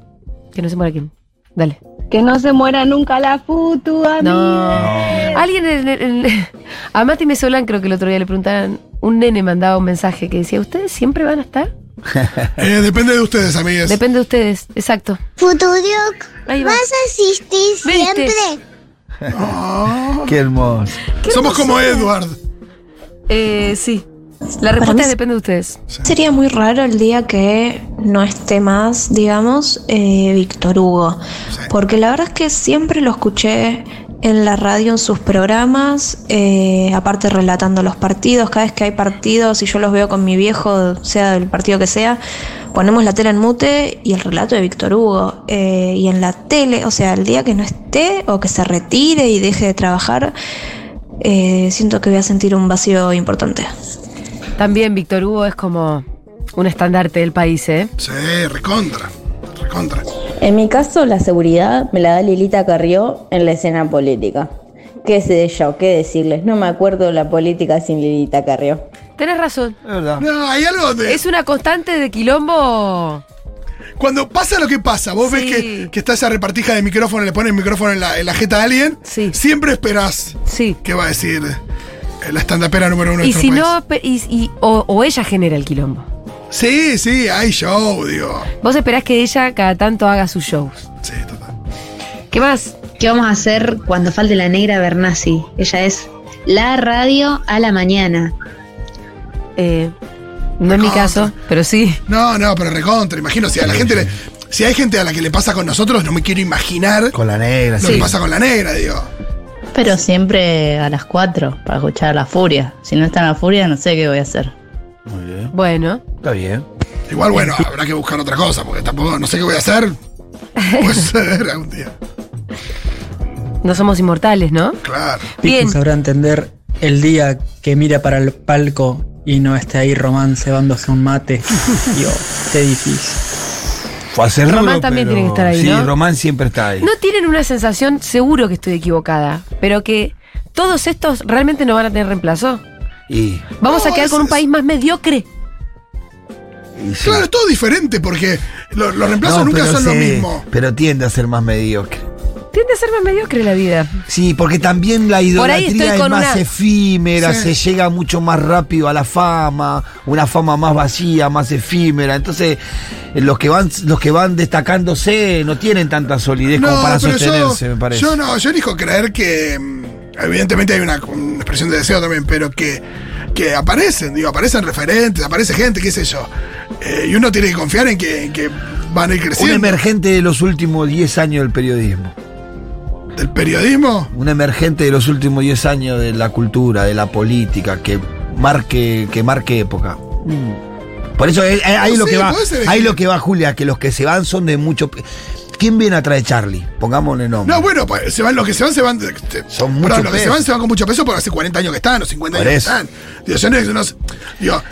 Speaker 3: Que no se muera quién. Dale.
Speaker 11: que no se muera nunca la futu, amiga.
Speaker 3: No. Alguien en, en- en- A Mati Mesolán creo que el otro día le preguntaban, un nene mandaba un mensaje que decía, ¿ustedes siempre van a estar?
Speaker 1: Eh, depende de ustedes, amigues.
Speaker 3: Depende de ustedes, exacto. Ahí va.
Speaker 5: a asistir
Speaker 3: ¿Viste?
Speaker 2: qué hermoso.
Speaker 1: Somos como Edward.
Speaker 3: Eh, sí. La
Speaker 10: Para mí
Speaker 3: respuesta es
Speaker 10: sí.
Speaker 3: depende de ustedes.
Speaker 9: Sería muy raro el día que no esté más, digamos, eh, Víctor Hugo, porque la verdad es que siempre lo escuché en la radio, en sus programas, eh, aparte relatando los partidos, cada vez que hay partidos y yo los veo con mi viejo, sea del partido que sea, ponemos la tele en mute y el relato de Víctor Hugo. Eh, y en la tele, o sea, el día que no esté o que se retire y deje de trabajar, eh, siento que voy a sentir un vacío importante.
Speaker 3: También Víctor Hugo es como un estandarte del país, ¿eh?
Speaker 1: Sí, recontra. Recontra.
Speaker 12: En mi caso, la seguridad me la da Lilita Carrió en la escena política. ¿Qué sé yo? ¿Qué decirles? No me acuerdo la política sin Lilita Carrió.
Speaker 3: Tenés razón. Es
Speaker 2: verdad.
Speaker 1: No, hay algo de.
Speaker 3: Es una constante de quilombo.
Speaker 1: Cuando pasa lo que pasa, vos ves que, que está esa repartija de micrófono, le ponen el micrófono en la, en la jeta a alguien, siempre esperás
Speaker 3: sí.
Speaker 1: qué va a decir eh, la estandapera número uno de
Speaker 3: Y
Speaker 1: nuestro país.
Speaker 3: si no, pe- y- y- o, o ella genera el quilombo.
Speaker 1: Sí, sí, hay show, digo.
Speaker 3: Vos esperás que ella cada tanto haga sus shows.
Speaker 1: Sí, total.
Speaker 13: ¿Qué más? ¿Qué vamos a hacer cuando falte la negra Bernasi? Ella es la radio a la mañana.
Speaker 3: Eh, no es mi caso, pero sí.
Speaker 1: No, no, pero recontra, imagino. Si a la gente le- Si hay gente a la que le pasa con nosotros, no me quiero imaginar.
Speaker 2: Con la negra,
Speaker 1: Lo
Speaker 14: sí.
Speaker 1: que pasa con la negra, digo.
Speaker 14: Pero siempre a las 4 para escuchar a la furia. Si no está en la furia, no sé qué voy a hacer.
Speaker 3: Bueno.
Speaker 2: Está bien.
Speaker 1: Igual, bueno, habrá que buscar otra cosa, porque tampoco, no sé qué voy a hacer. Puede ser algún día.
Speaker 3: No somos inmortales, ¿no?
Speaker 1: Claro.
Speaker 3: Bien.
Speaker 15: sabrá entender el día que mira para el palco y no esté ahí Román cebándose un mate. Dios, qué difícil.
Speaker 2: Fue a ser
Speaker 3: Román
Speaker 2: duro,
Speaker 3: también
Speaker 2: pero-
Speaker 3: tiene que estar ahí,
Speaker 2: Sí,
Speaker 3: ¿no?
Speaker 2: Román siempre está ahí.
Speaker 3: No tienen una sensación, seguro que estoy equivocada, pero que todos estos realmente no van a tener reemplazo.
Speaker 2: Y,
Speaker 3: Vamos a quedar con un país más mediocre.
Speaker 2: y sí.
Speaker 1: Claro, es todo diferente, porque lo- los reemplazos
Speaker 2: No,
Speaker 1: nunca
Speaker 2: pero
Speaker 1: son lo
Speaker 2: sí,
Speaker 1: mismo.
Speaker 2: Pero tiende a ser más mediocre.
Speaker 3: Tiende a ser más mediocre la vida.
Speaker 2: Sí, porque también la
Speaker 3: Por ahí estoy
Speaker 2: idolatría es
Speaker 3: con
Speaker 2: más
Speaker 3: una-
Speaker 2: efímera,
Speaker 3: Sí.
Speaker 2: se llega mucho más rápido a la fama, una fama más vacía, más efímera. Entonces, eh, los que van, los que van destacándose no tienen tanta solidez como para
Speaker 1: pero
Speaker 2: sostenerse,
Speaker 1: yo,
Speaker 2: me parece.
Speaker 1: Yo no, yo elijo creer que. mm, Evidentemente hay una, una expresión de deseo también, pero que, que aparecen, digo, aparecen referentes, aparece gente, qué sé yo. Eh, y uno tiene que confiar en que, en que van a ir
Speaker 2: un
Speaker 1: creciendo.
Speaker 2: emergente de los últimos 10 años del periodismo.
Speaker 1: ¿Del periodismo?
Speaker 2: Un emergente de los últimos 10 años de la cultura, de la política, que marque, que marque época. Por eso eh, eh, ahí
Speaker 1: No
Speaker 2: lo
Speaker 1: sé,
Speaker 2: que va,
Speaker 1: podés elegir.
Speaker 2: ahí lo que va Julia, que los que se van son de mucho. pe- ¿Quién viene atrás de Charlie? Pongámosle nombre.
Speaker 1: No, bueno, pues, se van, los que se van, se van. de- de-
Speaker 2: Son
Speaker 1: perdón,
Speaker 2: mucho
Speaker 1: los que se
Speaker 2: peso.
Speaker 1: van, se van con mucho peso porque hace 40 años que están, o 50
Speaker 2: Por
Speaker 1: años que
Speaker 2: eso.
Speaker 1: están. Digo, yo no, no sé- digo,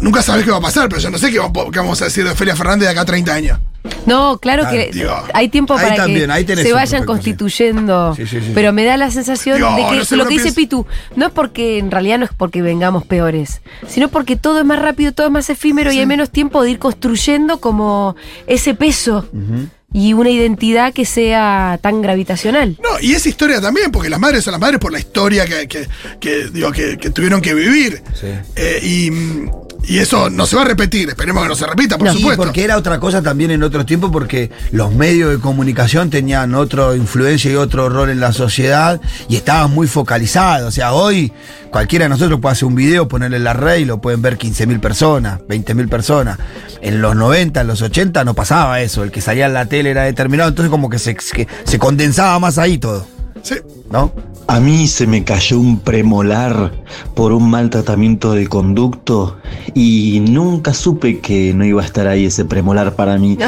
Speaker 1: nunca sabés qué va a pasar, pero yo no sé qué, va- qué vamos a decir de Feria Fernández de acá a 30 años.
Speaker 3: No, claro
Speaker 1: Ah,
Speaker 3: que
Speaker 1: digo,
Speaker 3: hay tiempo
Speaker 1: ahí
Speaker 3: para
Speaker 1: también, ahí
Speaker 3: que
Speaker 1: tenés
Speaker 3: se
Speaker 1: un
Speaker 3: vayan
Speaker 1: perfecto, sí.
Speaker 3: constituyendo.
Speaker 1: Sí, sí, sí.
Speaker 3: Pero me da la sensación
Speaker 1: Digo,
Speaker 3: de que
Speaker 1: no sé,
Speaker 3: lo
Speaker 1: uno
Speaker 3: que dice
Speaker 1: piensa-
Speaker 3: Pitu, no es porque en realidad no es porque vengamos peores, sino porque todo es más rápido, todo es más efímero y hay menos tiempo de ir construyendo como ese peso y una identidad que sea tan gravitacional.
Speaker 1: No, y esa historia también, porque las madres son las madres por la historia que, que- que, digo, que, que tuvieron que vivir. Eh, y, mm, y eso no se va a repetir, esperemos que no se repita, por
Speaker 2: No, sí,
Speaker 1: supuesto.
Speaker 2: porque era otra cosa también en otros tiempos, porque los medios de comunicación tenían otra influencia y otro rol en la sociedad y estaban muy focalizados. O sea, hoy cualquiera de nosotros puede hacer un video, ponerle en la red y lo pueden ver 15.000 personas, 20.000 personas. En los 90, en los 80 no pasaba eso, el que salía en la tele era determinado, entonces como que se, que se condensaba más ahí todo.
Speaker 1: Sí.
Speaker 2: ¿No?
Speaker 16: A mí se me cayó un premolar por un mal tratamiento de conducto y nunca supe que no iba a estar ahí ese premolar para mí.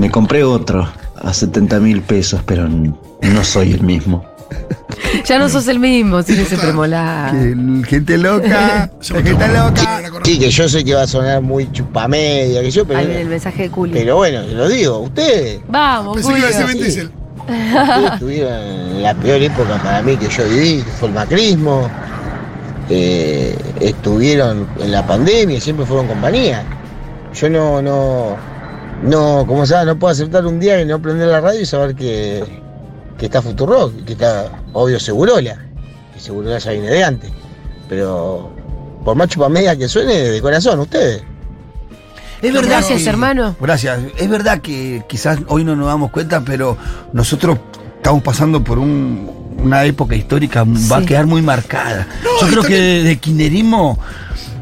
Speaker 16: Me compré otro a 70 mil pesos, pero n- no soy el mismo.
Speaker 3: ya no sos el mismo sin ese premolar.
Speaker 2: Gente loca, gente loca.
Speaker 17: Sí, que yo sé que va a sonar muy chupamedia, que yo, pero,
Speaker 3: Ahí viene el mensaje de Culi.
Speaker 17: pero bueno, se lo digo, ustedes.
Speaker 3: Vamos,
Speaker 17: Pensé que iba a
Speaker 3: Julio.
Speaker 17: decir Vin Diesel. Ustedes tuvieron la peor época para mí que yo viví, que fue el macrismo. Eh, estuvieron en la pandemia, siempre fueron compañía. Yo no, no, no, como sabes, no puedo aceptar un día que no prender la radio y saber que, que está Futurock, que está, obvio, Segurola, que Segurola ya viene de antes. Pero por más chupamedia que suene, de corazón, ustedes.
Speaker 2: Es
Speaker 3: verdad Gracias,
Speaker 2: que-
Speaker 3: hermano.
Speaker 2: Gracias. Es verdad que quizás hoy no nos damos cuenta, pero nosotros estamos pasando por un- una época histórica, va a quedar muy marcada. Yo creo que de kirchnerismo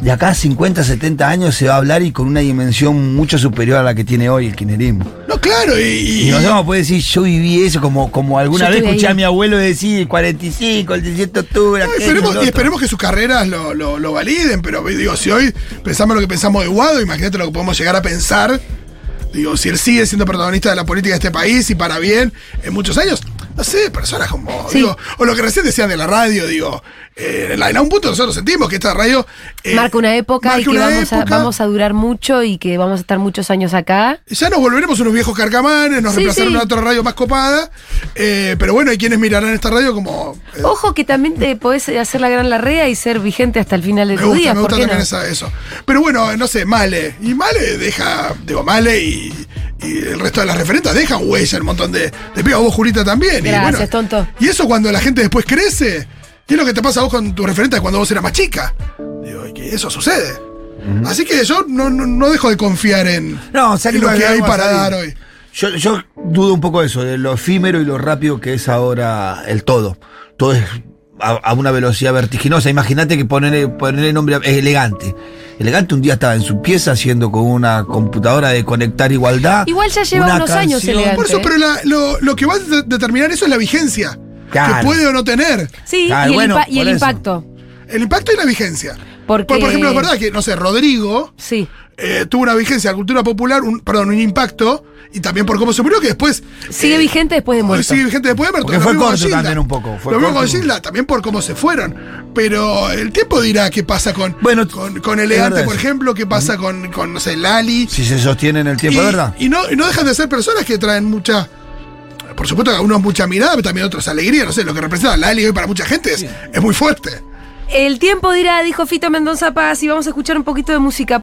Speaker 2: de acá a 50, 70 años se va a hablar y con una dimensión mucho superior a la que tiene hoy el kirchnerismo.
Speaker 1: No, claro, y.
Speaker 2: Y nos vamos a poder decir, yo viví eso, como, como alguna
Speaker 1: Yo
Speaker 2: vez
Speaker 1: estuve
Speaker 2: escuché
Speaker 1: ahí.
Speaker 2: a mi abuelo decir, 45, el 17 de octubre.
Speaker 1: No,
Speaker 2: aquello,
Speaker 3: Este
Speaker 1: esperemos-
Speaker 2: lo
Speaker 1: y
Speaker 2: otro.
Speaker 1: esperemos que sus carreras lo, lo- lo validen, pero digo, si hoy pensamos lo que pensamos de Guado, imagínate lo que podemos llegar a pensar. Digo, si él sigue siendo protagonista de la política de este país y para bien en muchos años, no sé, personas como. Digo, o lo que recién decían de la radio, digo, eh, en un punto nosotros sentimos que esta radio. eh,
Speaker 3: marca una época y
Speaker 1: marca
Speaker 3: que
Speaker 1: una
Speaker 3: vamos,
Speaker 1: época.
Speaker 3: A, vamos a durar mucho y que vamos a estar muchos años acá.
Speaker 1: Ya nos volveremos unos viejos carcamanes, nos
Speaker 3: Sí,
Speaker 1: reemplazaron
Speaker 3: sí.
Speaker 1: a otra radio más copada, eh, pero bueno, hay quienes mirarán esta radio como. eh,
Speaker 3: Ojo que también te podés hacer la gran larrea y ser vigente hasta el final de
Speaker 1: Me
Speaker 3: tu
Speaker 1: gusta,
Speaker 3: día.
Speaker 1: me
Speaker 3: ¿por
Speaker 1: gusta
Speaker 3: qué
Speaker 1: también
Speaker 3: no?
Speaker 1: esa- eso. Pero bueno, no sé, Male. Y Male deja, digo, Male y, y el resto de las referentes dejan huella en un montón de, de pibas. Vos, Julita, también. y,
Speaker 3: Gracias,
Speaker 1: bueno,
Speaker 3: tonto.
Speaker 1: y eso cuando la gente después crece, y es lo que te pasa a vos con tus referentes cuando vos eras más chica. Digo, y que eso sucede. Así que yo no, no- no dejo de confiar en,
Speaker 2: No, sale
Speaker 1: en lo
Speaker 2: igual,
Speaker 1: que hay
Speaker 2: algo va a
Speaker 1: para
Speaker 2: salir.
Speaker 1: dar hoy.
Speaker 2: Yo, yo dudo un poco de eso, de lo efímero y lo rápido que es ahora el todo. Todo es a, a una velocidad vertiginosa. Imagínate que ponerle, ponerle nombre a- es elegante. Elegante un día estaba en su pieza haciendo con una computadora de conectar igualdad.
Speaker 3: Igual ya lleva
Speaker 2: una
Speaker 3: unos años
Speaker 2: canción.
Speaker 3: elegante.
Speaker 1: Por eso, pero la- lo, lo que va a de- determinar eso es la vigencia. Que
Speaker 2: Claro.
Speaker 1: puede o no tener.
Speaker 3: Sí,
Speaker 2: Claro,
Speaker 3: y el,
Speaker 2: Ah, bueno,
Speaker 3: impa- y
Speaker 2: por
Speaker 3: el
Speaker 2: eso.
Speaker 3: impacto.
Speaker 1: El impacto y la vigencia.
Speaker 3: Porque-
Speaker 1: Por, por ejemplo, es verdad que, no sé, Rodrigo
Speaker 3: Sí.
Speaker 1: eh, tuvo una vigencia de cultura popular, un, perdón, un impacto, y también por cómo se murió, que después.
Speaker 3: Sigue
Speaker 1: eh,
Speaker 3: vigente después de muerto.
Speaker 1: Sigue vigente después de muerto.
Speaker 2: Porque
Speaker 1: Lo
Speaker 2: fue
Speaker 1: mismo con
Speaker 2: corto
Speaker 1: Gilda.
Speaker 2: también un poco, fue
Speaker 1: Lo mismo con
Speaker 2: corto.
Speaker 1: Gilda, también por cómo se fueron. Pero el tiempo dirá qué pasa con, con, con
Speaker 2: es
Speaker 1: Elegante,
Speaker 2: verdad
Speaker 1: por
Speaker 2: eso.
Speaker 1: ejemplo, qué pasa con, con, no sé, Lali.
Speaker 2: Si se sostiene en el tiempo,
Speaker 1: y,
Speaker 2: es ¿verdad?
Speaker 1: y no, y no dejan de ser personas que traen mucha. Por supuesto, algunos mucha mirada, pero también otros alegría. No sé, lo que representa Lali hoy para mucha gente es, es muy fuerte.
Speaker 3: El tiempo dirá, dijo Fito Mendoza Paz, y vamos a escuchar un poquito de música.